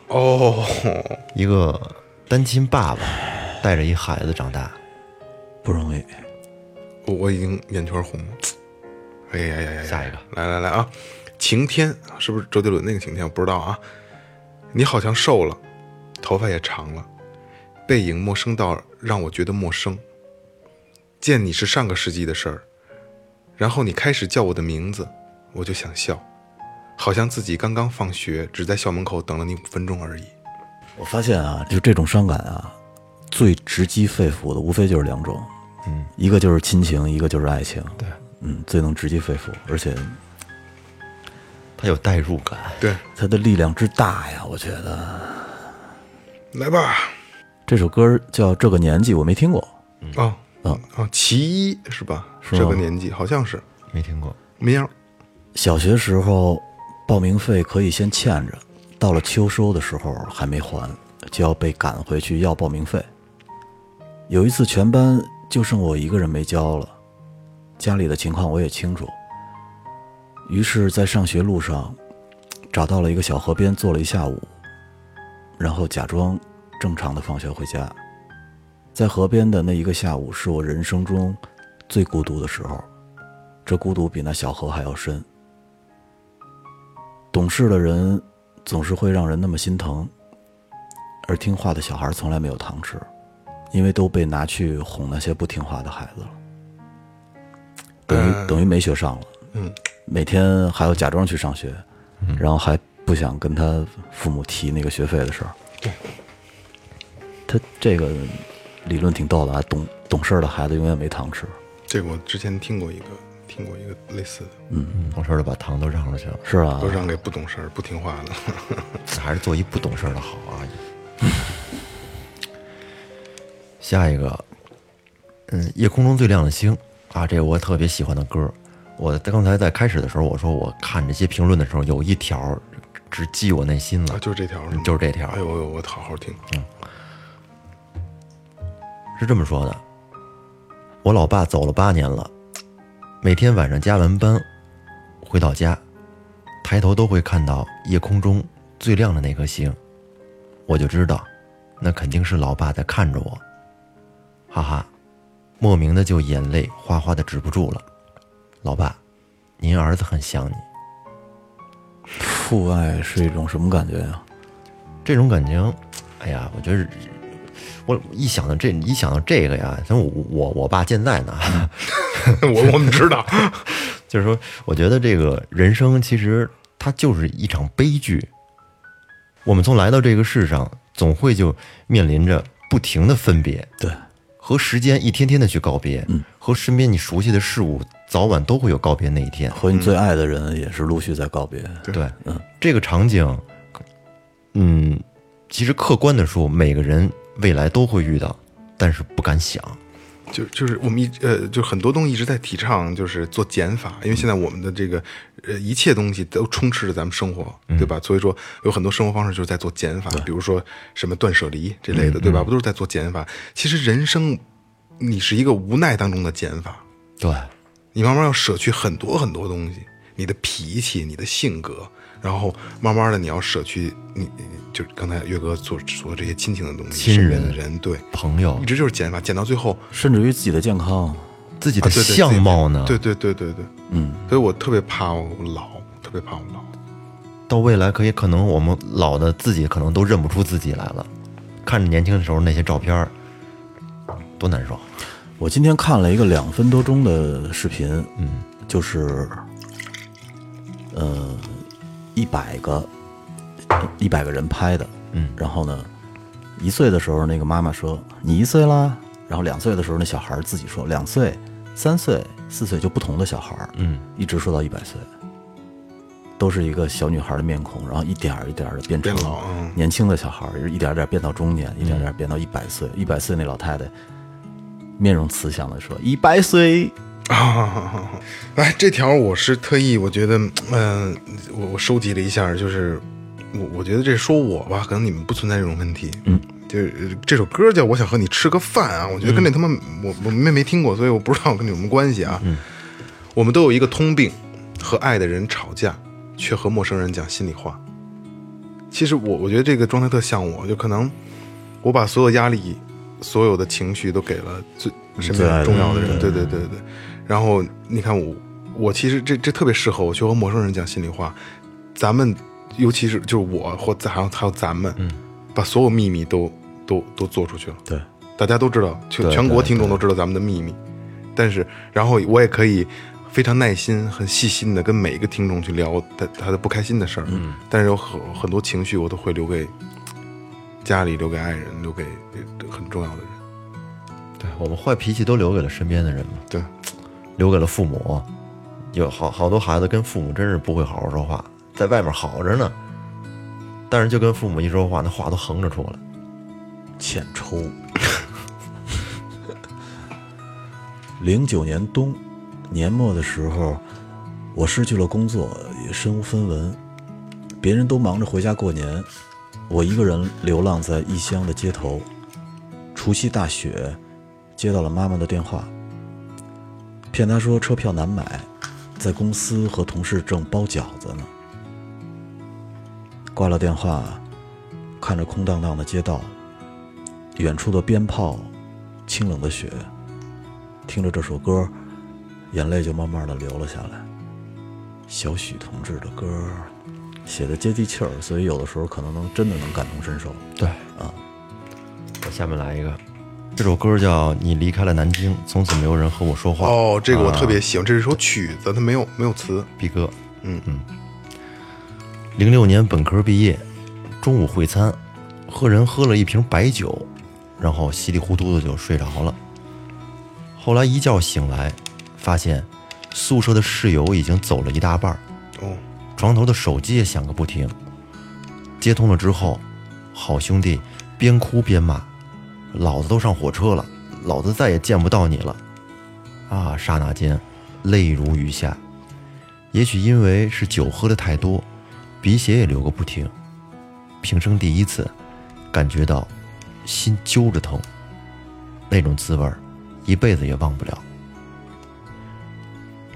S1: 哦，
S3: 一个单亲爸爸带着一孩子长大，
S5: 不容易。
S1: 我我已经眼圈红了。哎呀呀呀呀！
S3: 下一个
S1: 来来来啊！晴天是不是周杰伦那个晴天？我不知道啊。你好像瘦了，头发也长了，背影陌生到让我觉得陌生。见你是上个世纪的事儿，然后你开始叫我的名字，我就想笑，好像自己刚刚放学，只在校门口等了你五分钟而已。
S5: 我发现啊，就这种伤感啊，最直击肺腑的无非就是两种，嗯，一个就是亲情，一个就是爱情，对，嗯，最能直击肺腑，而且
S3: 他有代入感。
S1: 对，
S5: 它的力量之大呀，我觉得
S1: 来吧。
S5: 这首歌叫《这个年纪》，我没听过，
S1: 哦
S5: 啊
S1: 哦，其一是吧？
S5: 是吗
S1: 这个年纪好像是
S3: 没听过，
S1: 民谣。
S5: 小学时候报名费可以先欠着，到了秋收的时候还没还，就要被赶回去要报名费。有一次全班就剩我一个人没交了，家里的情况我也清楚。于是，在上学路上找到了一个小河边坐了一下午，然后假装正常的放学回家。在河边的那一个下午是我人生中最孤独的时候，这孤独比那小河还要深。懂事的人总是会让人那么心疼，而听话的小孩从来没有糖吃，因为都被拿去哄那些不听话的孩子了，等于、等于没学上了。
S1: 嗯，
S5: 每天还要假装去上学，然后还不想跟他父母提那个学费的事儿。他这个理论挺逗的啊，懂懂事儿的孩子永远没糖吃。
S1: 这个我之前听过一个，听过一个类似的，
S3: 嗯，懂事儿的把糖都让出去了。
S5: 是啊
S1: 都，让给不懂事儿、不听话的。
S3: 还是做一不懂事儿的好啊。下一个，嗯，夜空中最亮的星啊，这我特别喜欢的歌。我在刚才在开始的时候，我说我看这些评论的时候，有一条直击我内心
S1: 啊，
S3: 了，
S1: 就是这条是吗？
S3: 就是这条
S1: 哎呦呦，我好好听。
S3: 是这么说的：我老爸走了八年了，每天晚上加完班回到家，抬头都会看到夜空中最亮的那颗星，我就知道，那肯定是老爸在看着我。哈哈，莫名的就眼泪哗哗的止不住了。老爸，您儿子很想你，
S5: 父爱是一种什么感觉呀、
S3: 这种感情，哎呀，我觉得。我一想到这，一想到这个呀，像我我我爸现在呢，
S1: 我我们知道，
S3: 就是说，我觉得这个人生其实它就是一场悲剧。我们从来到这个世上，总会就面临着不停的分别，
S5: 对，
S3: 和时间一天天的去告别，和身边你熟悉的事物，早晚都会有告别那一天。
S5: 和你最爱的人也是陆续在告别。
S3: 对，这个场景，嗯，其实客观的说，每个人未来都会遇到，但是不敢想。
S1: 就就是我们一呃，就很多东西一直在提倡，就是做减法，因为现在我们的这个呃一切东西都充斥着咱们生活，
S3: 嗯
S1: 对吧？所以说有很多生活方式就是在做减法，比如说什么断舍离这类
S3: 嗯
S1: 的，对吧？不都是在做减法？其实人生，你是一个无奈当中的减法，
S3: 对，
S1: 你慢慢要舍去很多很多东西，你的脾气、你的性格，然后慢慢的你要舍去你，你就是刚才岳哥所说的这些亲情的东西，
S3: 亲
S1: 身边
S3: 人
S1: 的人，对，
S3: 朋友
S1: 一直就是减法，减到最后。
S5: 甚至于自己的健康，
S3: 自己
S1: 啊
S3: 的
S1: 对对
S3: 相貌呢？
S1: 对对对对对，
S5: 嗯，
S1: 所以我特别怕我老，特别怕我老。
S3: 到未来可以可能我们老的自己可能都认不出自己来了，看着年轻的时候那些照片儿，多难受。啊
S5: 我今天看了一个两分多钟的视频，嗯，就是，呃，一百个一百个人拍的，嗯，然后呢，一岁的时候那个妈妈说你一岁啦，然后两岁的时候那小孩儿自己说两岁、三岁、四岁就不同的小孩，嗯，一直说到一百岁，都是一个小女孩的面孔，然后一点儿一点的变成
S1: 变老嗯
S5: 年轻的小孩儿，一点儿点儿变到中年，一点儿点儿变到一百岁，一百岁那老太太。面容慈祥的说：“一百岁，
S1: 哎，这条我是特意，我觉得，嗯、我我收集了一下，就是我我觉得这说我吧，可能你们不存在这种问题。嗯，就是呃这首歌叫《我想和你吃个饭》啊，我觉得跟这他妈、我我没没听过，所以我不知道跟你有什么关系啊。嗯，我们都有一个通病，和爱的人吵架，却和陌生人讲心里话。其实我我觉得这个状态特像我，就可能我把所有压力、所有的情绪都给了最身
S5: 最爱
S1: 边
S5: 的
S1: 重要的人，
S5: 人
S1: 对对对对。然后你看我，我其实这这特别适合我去和陌生人讲心里话。咱们尤其是就是我或咱还有还有咱们，把所有秘密都都都做出去了。
S5: 对，
S1: 大家都知道，全全国听众都知道咱们的秘密。但是，然后我也可以非常耐心、很细心的跟每一个听众去聊他他的不开心的事儿。嗯，但是有很很多情绪，我都会留给家里、留给爱人、留给呃很重要的人。
S3: 对我们坏脾气都留给了身边的人嘛，
S1: 对，
S3: 留给了父母。有好好多孩子跟父母真是不会好好说话，在外面好着呢，但是就跟父母一说话，那话都横着出来。
S5: 欠抽。零九年冬年末的时候，我失去了工作，也身无分文，别人都忙着回家过年，我一个人流浪在异乡的街头。除夕大雪，接到了妈妈的电话，骗她说车票难买，在公司和同事正包饺子呢。挂了电话，看着空荡荡的街道，远处的鞭炮，清冷的雪，听着这首歌，眼泪就慢慢的流了下来。小许同志的歌写的接地气儿，所以有的时候可能能真的能感同身受。
S3: 对，啊，我下面来一个，这首歌叫《你离开了南京，从此没有人和我说话》。
S1: 哦，这个我特别喜欢，这是一首曲子，它没有没有词。
S3: 毕哥，
S1: 嗯
S3: 嗯，零六年本科毕业，中午会餐，和人喝了一瓶白酒，然后稀里糊涂的就睡着了。后来一觉醒来，发现宿舍的室友已经走了一大半儿，
S1: 哦，
S3: 床头的手机也响个不停。接通了之后，好兄弟边哭边骂：“老子都上火车了，老子再也见不到你了！”啊，刹那间，泪如雨下。也许因为是酒喝的太多，鼻血也流个不停。平生第一次感觉到心揪着疼，那种滋味儿，一辈子也忘不了。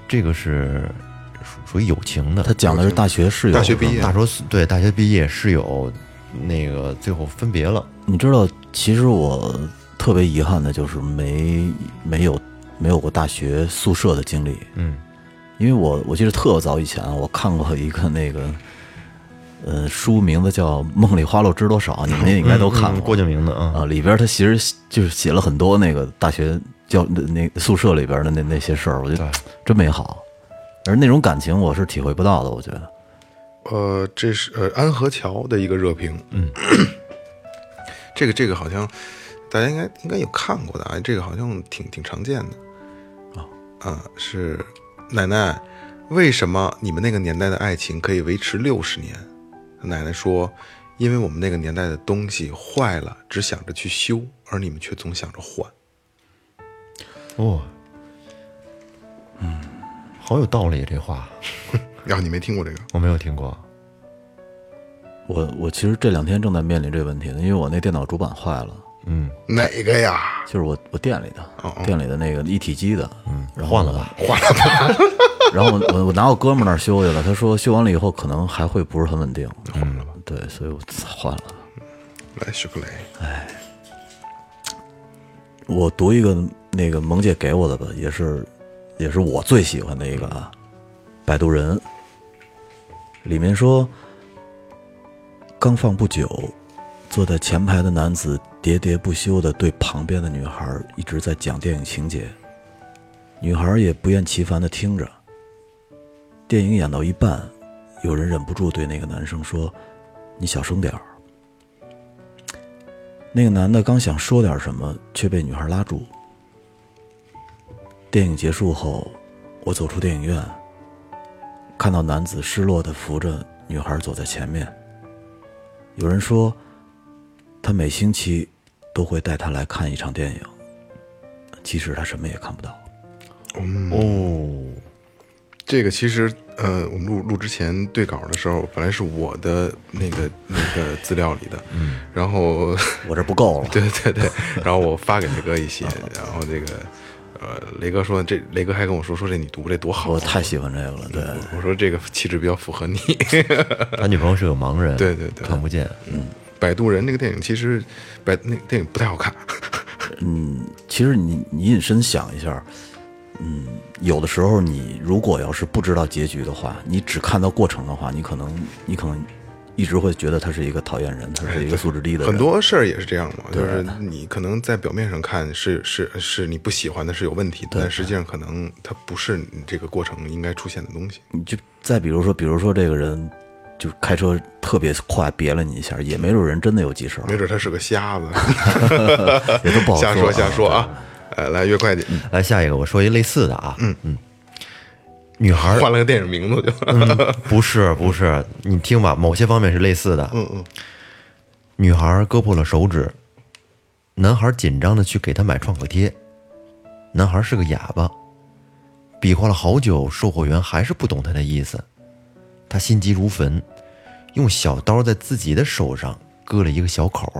S3: 这个是属属于友情的，
S5: 他讲的是大学室友，
S1: 大学毕业
S3: 大学对大学毕业室友那个最后分别了，
S5: 你知道，其实我特别遗憾的就是没没有没有过大学宿舍的经历。
S3: 嗯，
S5: 因为我我记得特早以前啊我看过一个那个，呃，书名字叫《梦里花落知多少》，你们也应该都看
S3: 嗯
S5: 过。
S3: 郭敬明的啊，
S5: 啊，里边他其实就是写了很多那个大学教那那宿舍里边的那那些事儿，我觉得真美好，而那种感情我是体会不到的，我觉得。
S1: 呃，这是呃安河桥的一个热评，嗯， 这个这个好像大家应该应该有看过的啊，这个好像挺挺常见的啊、是奶奶，为什么你们那个年代的爱情可以维持六十年？奶奶说，因为我们那个年代的东西坏了，只想着去修，而你们却总想着换。
S3: 哦，嗯，好有道理这话，
S1: 然后啊你没听过这个？
S3: 我没有听过。
S5: 我我其实这两天正在面临这个问题呢，因为我那电脑主板坏了，
S1: 哪个呀？
S5: 就是我我店里的店里的那个一体机的，嗯，然后
S3: 换了吧，
S1: 换了吧，
S5: 然后我我我拿我哥们儿那儿修去了，他说修完了以后可能还会不是很稳定，换了吧。对，所以我换了。
S1: 来，徐克雷，
S5: 我读一个那个萌姐给我的吧，也是也是我最喜欢的一个啊，《摆渡人》里面说，刚放不久，坐在前排的男子喋喋不休的对旁边的女孩一直在讲电影情节，女孩也不厌其烦的听着。电影演到一半，有人忍不住对那个男生说：“你小声点儿。”那个男的刚想说点什么，却被女孩拉住。电影结束后，我走出电影院，看到男子失落的扶着女孩走在前面。有人说，他每星期都会带她来看一场电影，即使他什么也看不到。
S1: 嗯
S3: 哦，
S1: 这个其实，呃，我们录录之前对稿的时候，本来是我的那个那个资料里的，嗯，然后
S5: 我这不够了，
S1: 对对对，然后我发给雷哥一些，然后这个，呃，雷哥说这雷哥还跟我说说这你读这多好，
S5: 我太喜欢这个了。对，
S1: 我说这个气质比较符合你。
S3: 他女朋友是个盲人，
S1: 对对嗯对
S3: 看不见。
S1: 摆渡人那个电影其实摆那个电影不太好看，
S5: 其实你你引申想一下，嗯，有的时候你如果要是不知道结局的话，你只看到过程的话，你可能你可能一直会觉得他是一个讨厌人，他是一个素质低的人。
S1: 很多事儿也是这样嘛，就是你可能在表面上看是是是你不喜欢的是有问题的，但实际上可能它不是你这个过程应该出现的东西。
S5: 你就再比如说，比如说这个人就开车特别快，别了你一下，也没准人真的有急事儿，
S1: 没准他是个瞎子，
S5: 也啊都不好
S1: 瞎
S5: 说
S1: 说瞎说啊！呃，来越快点，
S3: 来下一个，我说一类似的啊，嗯嗯，女孩儿
S1: 换了个电影名字就。
S3: 不是不是，你听吧，某些方面是类似的。嗯嗯。 女孩割破了手指，男孩紧张的去给她买创可贴。男孩是个哑巴，比划了好久，售货员还是不懂他的意思。他心急如焚，用小刀在自己的手上割了一个小口。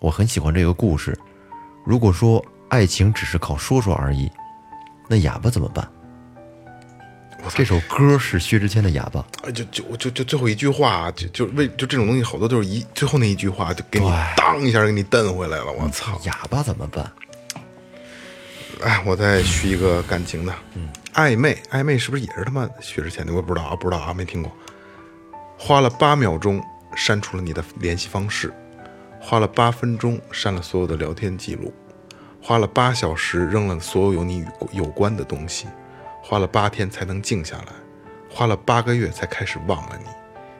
S3: 我很喜欢这个故事。如果说爱情只是靠说说而已，那哑巴怎么办？这首歌是薛之谦的《哑巴》。
S1: 啊，就就就就最后一句话，啊就就为就这种东西，好多都是一最后那一句话，就给你当一下给你蹬回来了。我操！
S3: 哑巴怎么办？
S1: 哎，我再续一个感情的，嗯，暧昧，暧昧是不是也是他妈薛之谦的？我也不知道啊，不知道啊，没听过。花了八秒钟删除了你的联系方式，花了八分钟删了所有的聊天记录，花了八小时扔了所有有你与有关的东西，花了八天才能静下来，花了八个月才开始忘了你，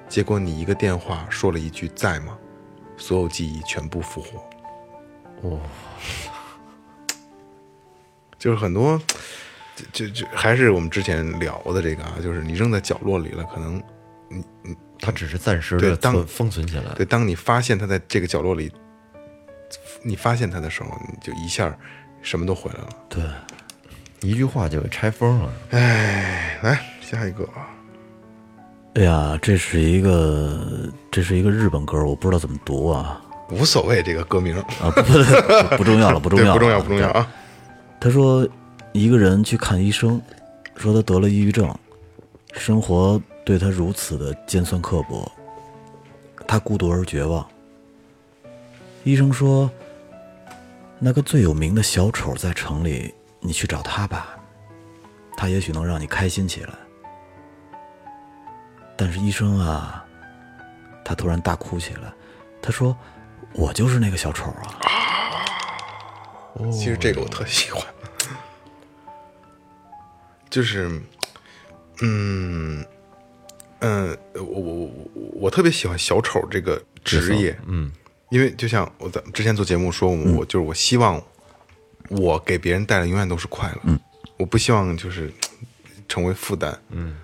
S1: 结果你一个电话说了一句在吗，所有记忆全部复活。就是很多，就就就还是我们之前聊的这个啊，就是你扔在角落里了，可能
S3: 他只是暂时
S1: 对
S3: 的
S1: 当
S3: 存封存起来。
S1: 对，当你发现它在这个角落里，你发现它的时候，你就一下什么都回来了。
S5: 对，
S3: 一句话就给拆封了。
S1: 哎，来下一个啊，
S5: 哎呀，这是一个这是一个日本歌，我不知道怎么读啊
S1: 无所谓这个歌名，
S5: 啊，不 不不重要了，不重
S1: 对，
S5: 要了，
S1: 不重要，不重要啊。
S5: 他说，一个人去看医生，说他得了抑郁症，生活对他如此的尖酸刻薄，他孤独而绝望。医生说，那个最有名的小丑在城里，你去找他吧，他也许能让你开心起来。但是医生啊，他突然大哭起来，他说：“我就是那个小丑啊。”
S1: 其实这
S5: 哦
S1: 个我特喜欢，就是，嗯，嗯，我我我我我特别喜欢小丑这个职业，嗯，因为就像我在之前做节目说，我我就是我希望我给别人带来永远都是快乐，嗯，我不希望就是成为负担，嗯，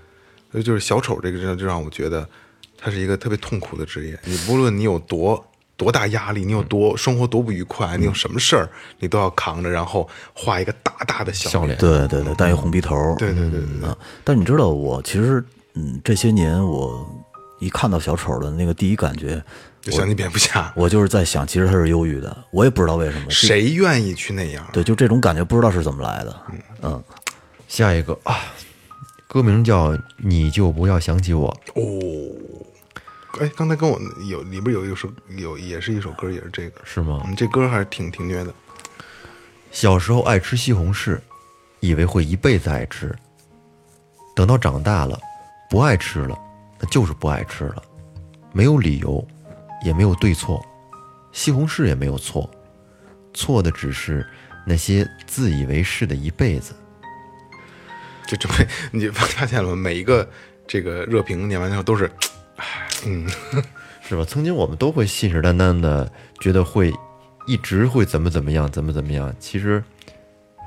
S1: 所以就是小丑这个真的就让我觉得它是一个特别痛苦的职业。你不论你有多多大压力，你有多生活多不愉快，你有什么事儿，你都要扛着，然后画一个大大的
S3: 笑
S1: 笑
S3: 脸。
S5: 对对对，戴一红鼻头儿，
S1: 对对对对对，
S5: 啊。但你知道，我其实嗯，这些年我一看到小丑的那个第一感觉，
S1: 就想你蝙蝠侠，
S5: 我就是在想，其实他是忧郁的，我也不知道为什么。这？
S1: 谁愿意去那样？
S5: 对，就这种感觉，不知道是怎么来的。嗯，
S3: 下一个啊，歌名叫《你就不要想起我》，
S1: 哦哎，刚才跟我有里边有一首有也是一首歌，也是这个，
S3: 是吗？
S1: 嗯，这歌还是挺挺虐的。
S3: 小时候爱吃西红柿，以为会一辈子爱吃。等到长大了，不爱吃了，那就是不爱吃了，没有理由，也没有对错，西红柿也没有错，错的只是那些自以为是的一辈子。
S1: 就准备，你发现了吗？每一个这个热评念完之后都是，嗯，
S3: 是吧？曾经我们都会信誓旦旦的觉得会一直会怎么怎么样，怎么怎么样。其实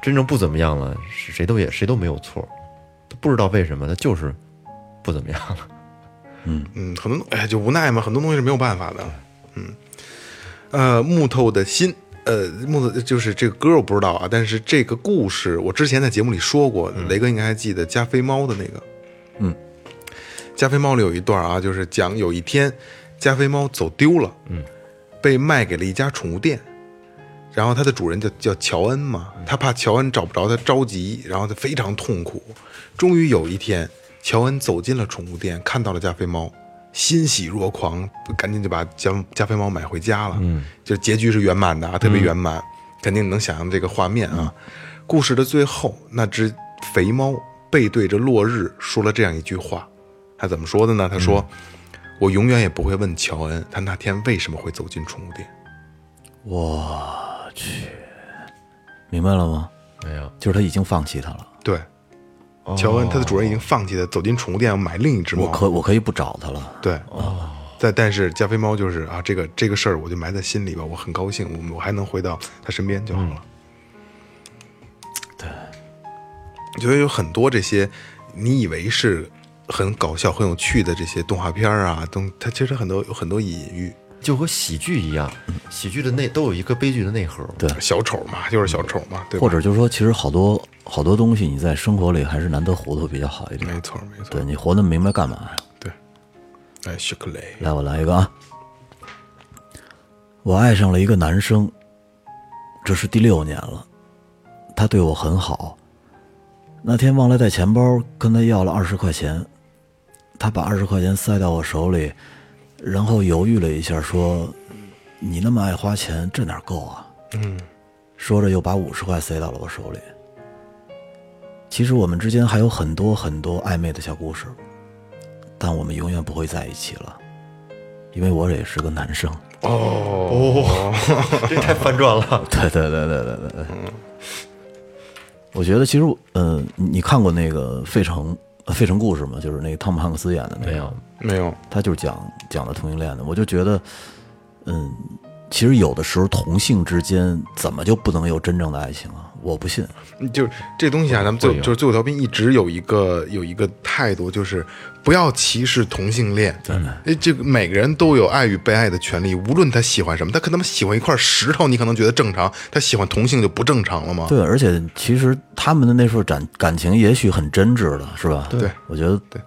S3: 真正不怎么样了，是谁都也谁都没有错，都不知道为什么他就是不怎么样了。
S1: 嗯，很多哎，就无奈嘛，很多东西是没有办法的。嗯，呃，木头的心，呃，木头就是这个歌我不知道啊，但是这个故事我之前在节目里说过，雷哥应该还记得加菲猫的那个，
S5: 嗯，
S1: 加菲猫里有一段啊，就是讲有一天加菲猫走丢了，嗯，被卖给了一家宠物店。然后它的主人叫叫乔恩嘛，他怕乔恩找不着他着急，然后他非常痛苦。终于有一天，乔恩走进了宠物店，看到了加菲猫，欣喜若狂，赶紧就把加加菲猫买回家了。嗯，就是结局是圆满的啊，特别圆满，肯定能想象这个画面啊。故事的最后，那只肥猫背对着落日说了这样一句话，他怎么说的呢？他说：“我永远也不会问乔恩，他那天为什么会走进宠物店。”
S5: 我去，明白了吗？
S3: 没有，
S5: 就是他已经放弃他了，
S1: 对，哦乔恩他的主人已经放弃了，走进宠物店买另一只猫。
S5: 我可我可以不找他了。
S1: 对，但但是加菲猫就是啊，这个这个事儿我就埋在心里吧，我很高兴，我我还能回到他身边就好了。对，觉得有很多这些你以为是很搞笑、很有趣的这些动画片儿啊，东它其实很多有很多隐喻。
S3: 就和喜剧一样，喜剧的内都有一个悲剧的内核。嗯对，
S1: 小丑嘛，就是小丑嘛，对吧？
S5: 或者就是说，其实好多好多东西，你在生活里还是难得糊涂比较好一点。
S1: 没错，没错
S5: 对，你活得明白干嘛呀？
S1: 对。哎，雪克雷，
S5: 来，我来一个啊！我爱上了一个男生，这是第六年了，他对我很好。那天忘了带钱包，跟他要了二十块钱，他把二十块钱塞到我手里，然后犹豫了一下，说：“你那么爱花钱，这哪够啊？”嗯，说着又把五十块塞到了我手里。其实我们之间还有很多很多暧昧的小故事，但我们永远不会在一起了，因为我也是个男生。
S3: 哦
S1: 哦
S3: 这太反转了。
S5: 对对对对对对对。我觉得其实我，呃，你你看过那个《费城》呃《费城故事》吗？就是那个汤姆汉克斯演的那
S3: 没
S5: 个，
S3: 有，
S1: 没有，
S5: 他就是讲讲的同性恋的。我就觉得，嗯，其实有的时候同性之间怎么就不能有真正的爱情啊？我不信。
S1: 就是这东西啊，咱们最就是最后调频一直有一个有一个态度，就是不要歧视同性恋。对，这个每个人都有爱与被爱的权利，无论他喜欢什么，他可能喜欢一块石头，你可能觉得正常，他喜欢同性就不正常了吗？
S5: 对，而且其实他们的那时候感感情也许很真挚的，是吧？
S1: 对，
S5: 我觉得
S1: 对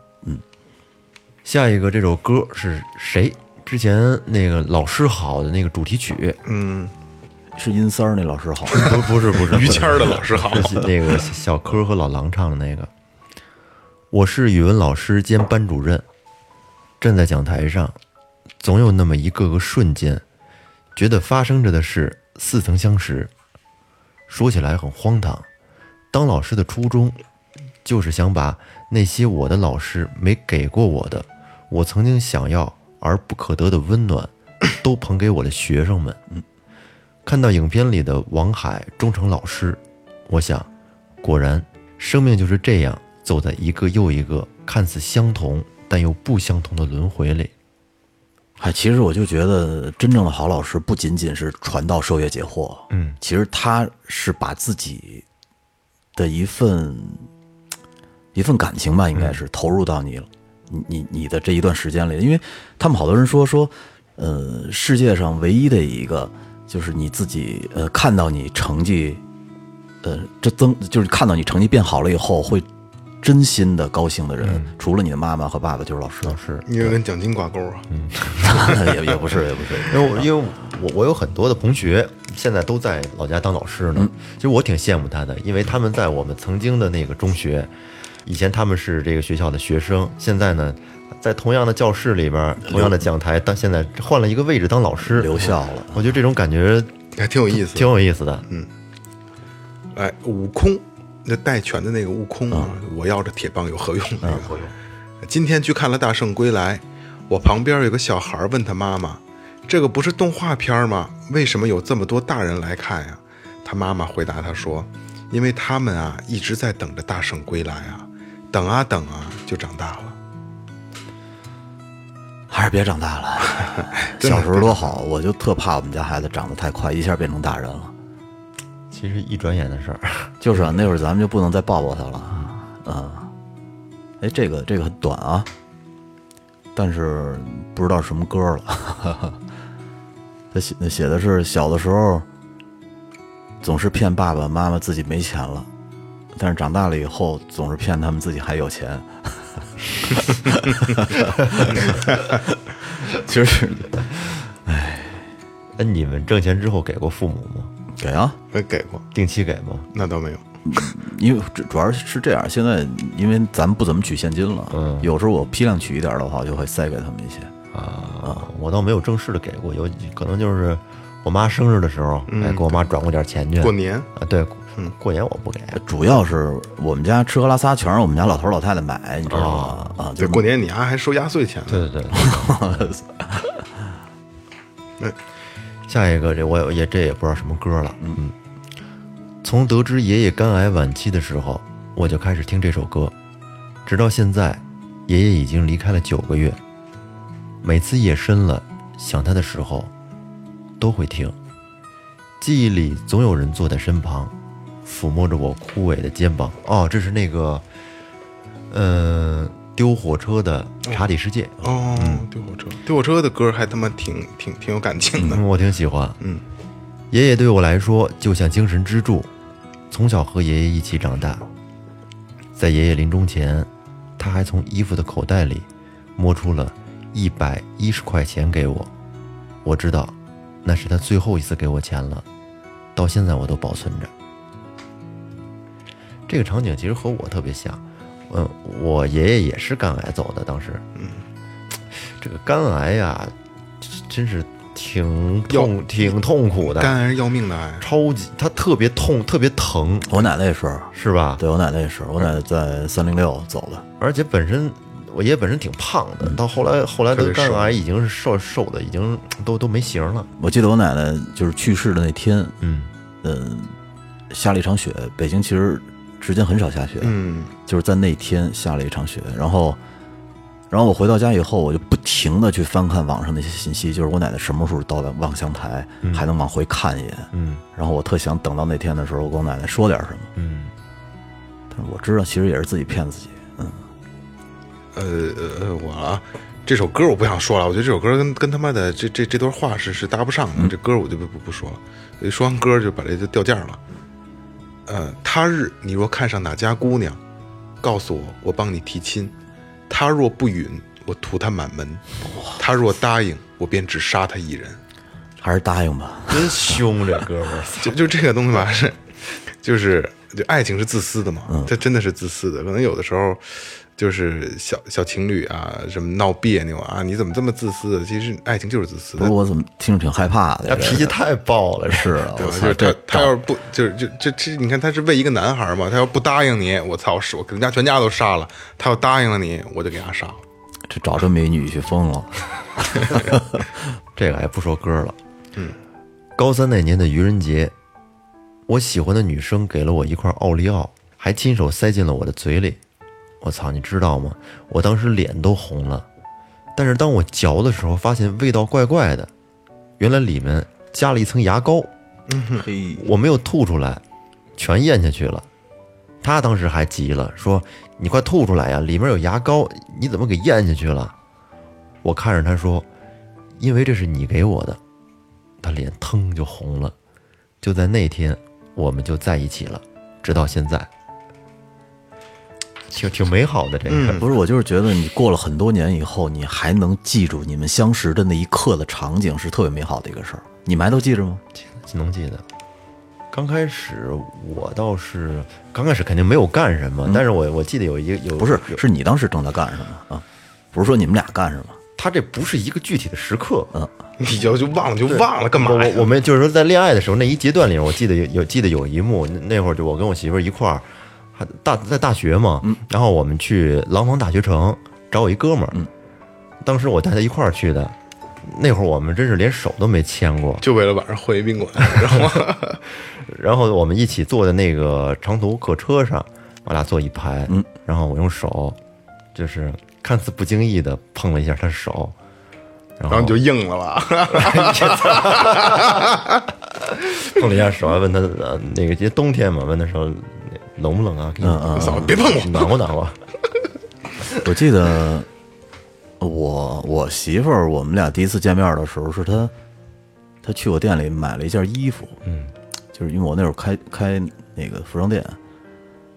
S3: 下一个这首歌是谁？之前那个老师好的那个主题曲，
S1: 嗯，
S5: 是阴三儿那老师好。
S3: 不不是不是
S1: 于谦儿的老师好，
S3: 是那个小柯和老狼唱的那个。我是语文老师兼班主任，站在讲台上，总有那么一个个瞬间，觉得发生着的事似曾相识。说起来很荒唐，当老师的初衷就是想把那些我的老师没给过我的，我曾经想要而不可得的温暖，都捧给我的学生们。看到影片里的王海忠诚老师，我想，果然生命就是这样走在一个又一个看似相同但又不相同的轮回里。
S5: 哎，其实我就觉得，真正的好老师不仅仅是传道授业解惑，嗯，其实他是把自己嗯的一份一份感情吧，应该是投入到你你你你的这一段时间里，因为他们好多人说说，呃，世界上唯一的一个就是你自己呃看到你成绩，呃，这增就是看到你成绩变好了以后会真心的高兴的人，除了你的妈妈和爸爸就是老嗯师，老师
S1: 你这跟奖金挂钩啊？
S5: 也也不是也不是，
S3: 因为我因为我我有很多的同学现在都在老家当老师呢，其实我挺羡慕他的，因为他们在我们曾经的那个中学，以前他们是这个学校的学生，现在呢，在同样的教室里边，同样的讲台，但现在换了一个位置当老师，
S5: 留校了
S3: 我觉得这种感觉
S1: 还挺有意思的。
S3: 挺有意思的。嗯，
S1: 哎，悟空，那带拳的那个悟空啊，我要这铁棒有何用？那个今天去看了《大圣归来》，我旁边有个小孩问他妈妈：“这个不是动画片吗？为什么有这么多大人来看呀、他妈妈回答他说：“因为他们啊一直在等着大圣归来啊，等啊等啊就长大了。
S5: 还是别长大 了。
S1: 真的
S5: 小时候多好，我就特怕我们家孩子长得太快，一下变成大人了。
S3: 其实一转眼的事儿，
S5: 就是啊，那会儿咱们就不能再抱抱他了。嗯，哎，这个这个很短啊，但是不知道什么歌了。 他写他写的是小的时候总是骗爸爸妈妈自己没钱了，但是长大了以后总是骗他们自己还有钱。其实
S3: 那你们挣钱之后给过父母吗？
S5: 给啊，”
S1: 没给过，
S3: 定期给吗？
S1: 那倒没有。
S5: 因为主主要是这样，现在因为咱们不怎么取现金了，
S3: 嗯
S5: 有时候我批量取一点的话，我就会塞给他们一些。
S3: 啊，我倒没有正式的给过，有可能就是我妈生日的时候，哎，给我妈转过点钱去。
S1: 过年
S3: 啊，对，过年我不给，
S5: 主要是我们家吃喝拉撒全是我们家老头老太太买，你知道吗？啊，
S1: 对，哦过年你丫还收压岁钱呢。
S3: 对对对。下一个这我也这也不知道什么歌了。嗯，从得知爷爷肝癌晚期的时候，我就开始听这首歌，直到现在，爷爷已经离开了九个月。每次夜深了想他的时候，都会听。记忆里总有人坐在身旁，抚摸着我枯萎的肩膀。哦，这是那个，呃，丢火车的《查理世界》
S1: 哦，丢火车，丢火车的歌还他妈挺挺挺有感情的。
S3: 嗯，我挺喜欢。
S1: 嗯，
S3: 爷爷对我来说就像精神支柱，从小和爷爷一起长大。在爷爷临终前，他还从衣服的口袋里摸出了一百一十块钱给我。我知道，那是他最后一次给我钱了，到现在我都保存着。这个场景其实和我特别像，嗯，我爷爷也是肝癌走的，当时，嗯，这个肝癌呀、真是挺痛、挺痛苦的，
S1: 肝癌是要命的癌，
S3: 超级，它特别痛，特别疼，
S5: 我奶奶也是，
S3: 是吧？
S5: 对我奶奶也是，我奶奶在三零六走的，
S3: 而且本身我爷爷本身挺胖的，到后来后来
S1: 特
S3: 得
S1: 别
S3: 肝
S1: 瘦
S3: 癌已经是瘦瘦的，已经都都没形了。
S5: 我记得我奶奶就是去世的那天，
S3: 嗯，
S5: 嗯，下了一场雪。北京其实时间很少下雪，
S1: 嗯，
S5: 就是在那天下了一场雪。然后，然后我回到家以后，我就不停的去翻看网上那些信息，就是我奶奶什么时候到的望乡台，还能往回看一眼。
S3: 嗯，
S5: 然后我特想等到那天的时候，我跟我奶奶说点什么。
S3: 嗯，
S5: 但是我知道其实也是自己骗自己。嗯，
S1: 呃呃，呃我啊，这首歌我不想说了，我觉得这首歌跟跟他妈的这这这段话是是搭不上的，这歌我就不不不说了，一说完歌就把这就掉价了。呃，他日你若看上哪家姑娘，告诉我，我帮你提亲；他若不允，我屠他满门；他若答应，我便只杀他一人。
S5: 还是答应吧。
S3: 真凶这哥 们儿，
S1: 就就这个东西吧，是就是就爱情是自私的嘛，它真的是自私的。可能有的时候就是小小情侣啊，什么闹别扭啊，你怎么这么自私？其实爱情就是自私
S5: 不
S1: 的
S5: 是，我怎么听着挺害怕 的？
S3: 他
S1: 哎
S3: 脾气太暴了，
S5: 是啊，
S1: 对
S5: 我
S1: 吧？
S5: 操
S1: 就是他
S5: 这
S1: 他要是不就是就这这，你看他是为一个男孩嘛，他要不答应你，我操，是我给人家全家都杀了。他要答应了你，我就给他杀了。
S5: 这找这美女去疯了。
S3: 这个也不说歌了。嗯，高三那年的愚人节，我喜欢的女生给了我一块奥利奥，还亲手塞进了我的嘴里。我操，你知道吗？我当时脸都红了。但是当我嚼的时候，发现味道怪怪的，原来里面加了一层牙膏。
S5: 嘿，
S3: 我没有吐出来，全咽下去了。他当时还急了，说：“你快吐出来呀，里面有牙膏，你怎么给咽下去了？”我看着他说：“因为这是你给我的。”他脸腾就红了。就在那天，我们就在一起了，直到现在。挺挺美好的这个，
S5: 不是，我就是觉得你过了很多年以后，你还能记住你们相识的那一刻的场景，是特别美好的一个事儿。你们还都记着吗？
S3: 能记得。刚开始我倒是刚开始肯定没有干什么，但是我我记得有一个有
S5: 嗯不是
S3: 有，
S5: 是你当时正在干什么啊？不是说你们俩干什么？
S3: 他这不是一个具体的时刻，
S1: 你就就忘了就忘了，干嘛
S3: 我
S1: 呀？
S3: 我我们就是说在恋爱的时候那一阶段里，我记得有有记得有一幕，那那会儿就我跟我媳妇儿一块儿，还大在大学嘛，
S1: 嗯
S3: 然后我们去廊坊大学城找我一哥们
S1: 嗯
S3: 儿，当时我带他一块儿去的，那会儿我们真是连手都没牵过，
S1: 就为了晚上混一宾馆，知道吗？
S3: 然后我们一起坐在那个长途客车上，我俩坐一排，
S5: 嗯，
S3: 然后我用手就是看似不经意的碰了一下他手，然
S1: 然后你就硬了吧？
S3: 碰了一下手，还问他呃那个，因为冬天嘛，问他说冷不冷啊？给你
S1: 嫂子别碰我
S3: 暖和暖和。
S5: 我记得我我媳妇儿，我们俩第一次见面的时候是她，她去我店里买了一件衣服，嗯，就是因为我那会儿开开那个服装店，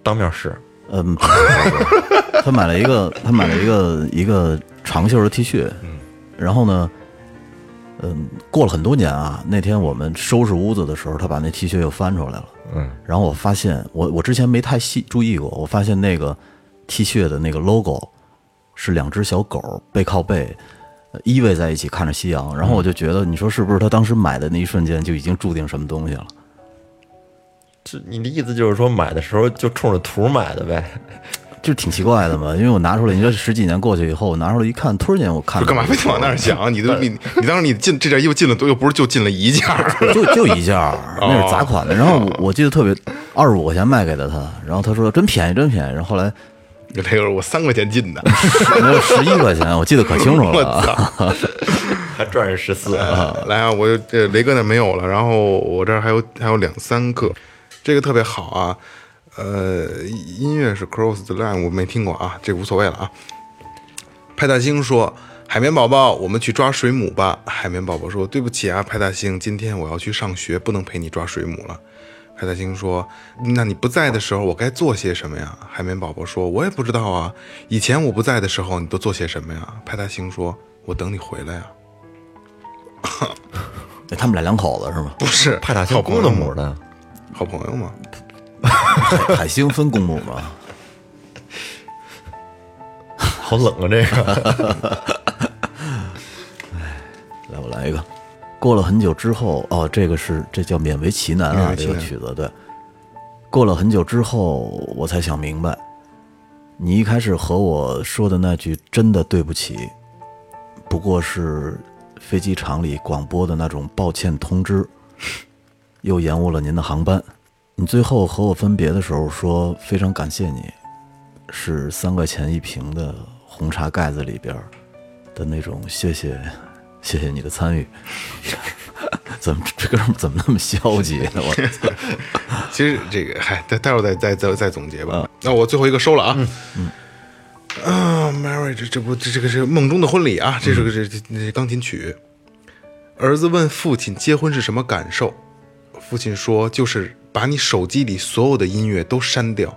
S3: 当面试，
S5: 嗯， 不是不是不是她买了一个她买了一个一个长袖的 T 恤，嗯，然后呢，嗯，过了很多年啊，那天我们收拾屋子的时候，她把那 T 恤又翻出来了，
S3: 嗯，
S5: 然后我发现我我之前没太细注意过，我发现那个 T 恤的那个 logo 是两只小狗背靠背。呃依偎在一起看着夕阳，然后我就觉得，你说是不是他当时买的那一瞬间就已经注定什么东西了？
S3: 这你的意思就是说买的时候就冲着图买的呗？
S5: 就挺奇怪的嘛，因为我拿出来，你说十几年过去以后，我拿出来一看，突然间我看
S1: 就
S5: 了
S1: 干嘛非得往那儿想？你都你你当时你进这件衣服进了多，又不是就进了一件儿，
S5: 就就一件儿，那是杂款
S1: 哦
S5: 的。然后我我记得特别，二十五块钱卖给了他，然后他说真便宜，真便宜。然后后来
S1: 这个我三块钱进的，
S5: 没有十一块钱，我记得可 清楚了啊。
S3: 还赚人十四，
S1: 啊 来啊，我就这雷哥那没有了，然后我这儿还有还有两三个，这个特别好啊。呃，音乐是 Cross the Line，我没听过啊，这个无所谓了啊。派大星说：“海绵宝宝，我们去抓水母吧。”海绵宝宝说：“对不起啊，派大星，今天我要去上学，不能陪你抓水母了。”派大星说：“那你不在的时候，我该做些什么呀？”海绵宝宝说：“我也不知道啊，以前我不在的时候，你都做些什么呀？”派大星说：“我等你回来呀、啊
S5: 哎他们俩两口子是吗？
S1: 不是
S3: 派大星
S1: 好朋
S3: 公
S1: 友
S3: 的
S1: 吗
S3: 母的，
S1: 好朋友吗？
S5: 海海星分公母嘛。
S3: 好冷啊这 个。
S5: 来，我来一个。过了很久之后，哦，这个是这叫《勉为其难》
S1: 勉
S5: 啊
S1: 为，其
S5: 这
S1: 难
S5: 个曲子对。过了很久之后，我才想明白，你一开始和我说的那句“真的对不起”，不过是飞机场里广播的那种抱歉通知，又延误了您的航班。你最后和我分别的时候说非常感谢你，是三块钱一瓶的红茶盖子里边儿的那种谢谢，谢谢你的参与。 怎么这哥们儿怎么那么 消极呢？我操
S1: 其实这个，嗨，待待会儿再再再再总结吧。那我最后一个收了啊。啊，Mary，这这不这这个是梦中的婚礼啊，这是个这这这钢琴曲。儿子问父亲结婚是什么感受，父亲说就是把你手机里所有的音乐都删掉，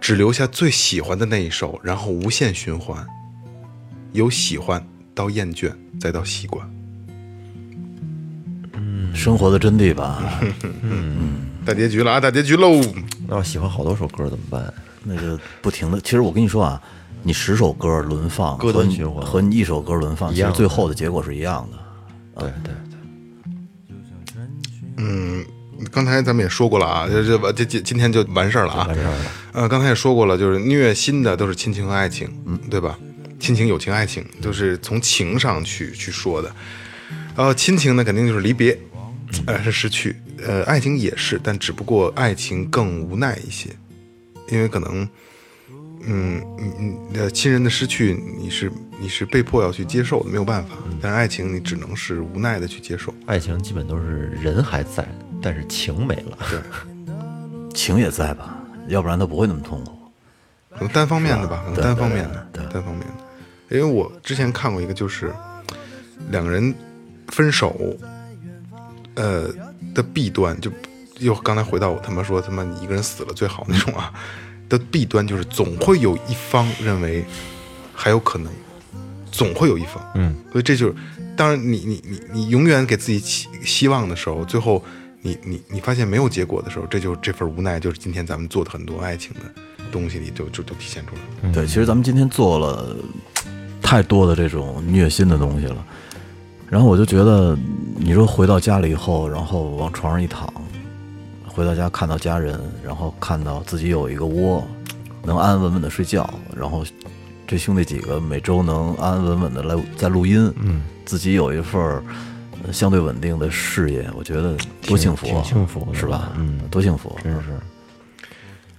S1: 只留下最喜欢的那一首，然后无限循环，由喜欢到厌倦，再到习惯。
S5: 生活的真谛吧，
S1: 大结局了啊，大结局喽！
S3: 那我喜欢好多首歌怎么办？
S5: 那个不停的。其实我跟你说啊，你十首歌轮放，
S3: 歌单
S5: 和你
S3: 循环
S5: 和你一首歌轮放，
S3: 一
S5: 其
S3: 样
S5: 实
S3: 的
S5: 最后的结果是一样的。
S3: 对对
S1: 刚才咱们也说过了啊，这这这今今天就完事儿了啊，完事儿了。呃，刚才也说过了，就是虐心的都是亲情和爱情，嗯，对吧？亲情、友情、爱情，都是从情上去去说的。呃，亲情呢，肯定就是离别，呃，是失去；呃，爱情也是，但只不过爱情更无奈一些，因为可能，嗯，你你你的亲人的失去，你是你是被迫要去接受的，没有办法。但是爱情，你只能是无奈的去接受。
S3: 爱情基本都是人还在，但是情没了。
S5: 情也在吧，要不然他不会那么痛苦。
S1: 可能单方面的吧，可能单方面的，
S5: 对对
S1: 单方面的。因为我之前看过一个，就是两个人分手，呃的弊端，就又刚才回到我他妈说他妈你一个人死了最好那种啊的弊端，就是总会有一方认为还有可能，总会有一方，嗯，所以这就是，当然你你你你永远给自己希希望的时候，最后你你你发现没有结果的时候，这就是这份无奈，就是今天咱们做的很多爱情的东西里就就就体现出来了。
S5: 对，其实咱们今天做了太多的这种虐心的东西了，然后我就觉得，你说回到家里以后，然后往床上一躺，回到家看到家人，然后看到自己有一个窝，能安安稳稳的睡觉，然后这兄弟几个每周能安安稳稳的来在录音，嗯，自己有一份儿呃相对稳定的事业，我觉得多幸福、啊，
S3: 挺幸福的
S5: 是吧？
S3: 嗯，
S5: 多幸福，啊
S3: 真是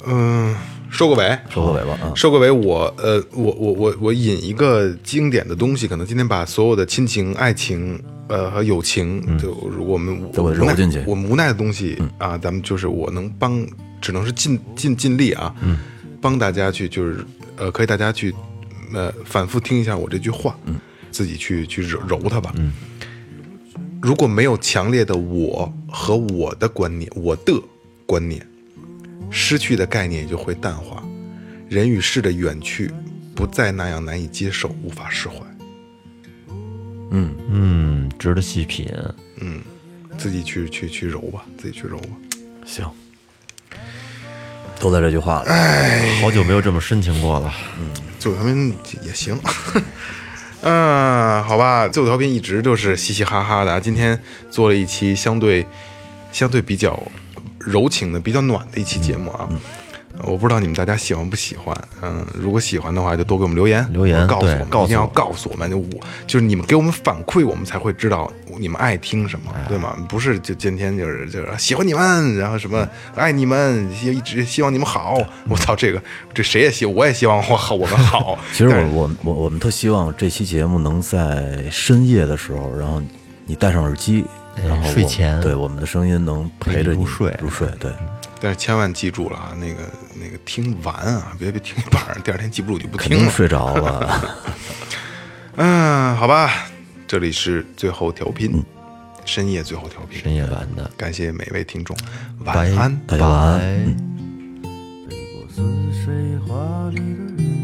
S1: 嗯，收个尾，
S5: 收个尾巴啊，
S1: 收个尾。我呃，我我我我引一个经典的东西，可能今天把所有的亲情、爱情，呃和友情，就我们
S5: 都给
S1: 我
S5: 它揉
S1: 无奈
S5: 进去嗯
S1: 我们无奈的东西啊，咱们就是我能帮，只能是尽尽尽力啊，
S5: 嗯
S1: 帮大家去就是呃，可以大家去呃反复听一下我这句话，
S5: 嗯
S1: 自己去去揉揉它吧，如果没有强烈的我和我的观念，我的观念，失去的概念也就会淡化，人与事的远去，不再那样难以接受，无法释怀。
S5: 嗯。
S3: 嗯，值得细品。
S1: 自己去去去揉吧，自己去揉吧。
S5: 行，都在这句话了。
S3: 好久没有这么深情过了，
S1: 最后调频也行。 嗯，好吧，最后调频一直就是嘻嘻哈哈的啊。今天做了一期相对相对比较柔情的、比较暖的一期节目啊。
S3: 嗯
S1: 我不知道你们大家喜欢不喜欢，嗯，如果喜欢的话，就多给我们留言，
S3: 留言
S1: 告诉我
S3: 对
S1: 们，
S3: 告诉
S1: 一定要
S3: 我
S1: 告诉我们，就我就是你们给我们反馈，我们才会知道你们爱听什么，
S5: 哎
S1: 对吗？不是就今天就是就是喜欢你们，然后什么爱你们，希一直希望你们好。我操，这个这谁也希我也希望我好我们好。
S5: 其实
S1: 但是
S5: 我我我我们特希望这期节目能在深夜的时候，然后你戴上耳机，然后我们
S3: 哎睡前
S5: 对我们的声音能陪着
S3: 陪你
S5: 你
S3: 入睡
S5: 入睡。对，
S1: 但是千万记住了啊，那个那个听完啊，别别听一半儿，第二天记不住就不
S5: 肯
S1: 听
S5: 定
S1: 了。
S5: 睡 着了。
S1: 嗯，好吧，这里是最后调频，深夜最后调频，
S3: 深夜版的。
S1: 感谢每位听众，晚
S3: 晚
S1: 安。
S5: 大家晚安
S3: 拜
S5: 嗯
S6: 飞过似水华丽的人，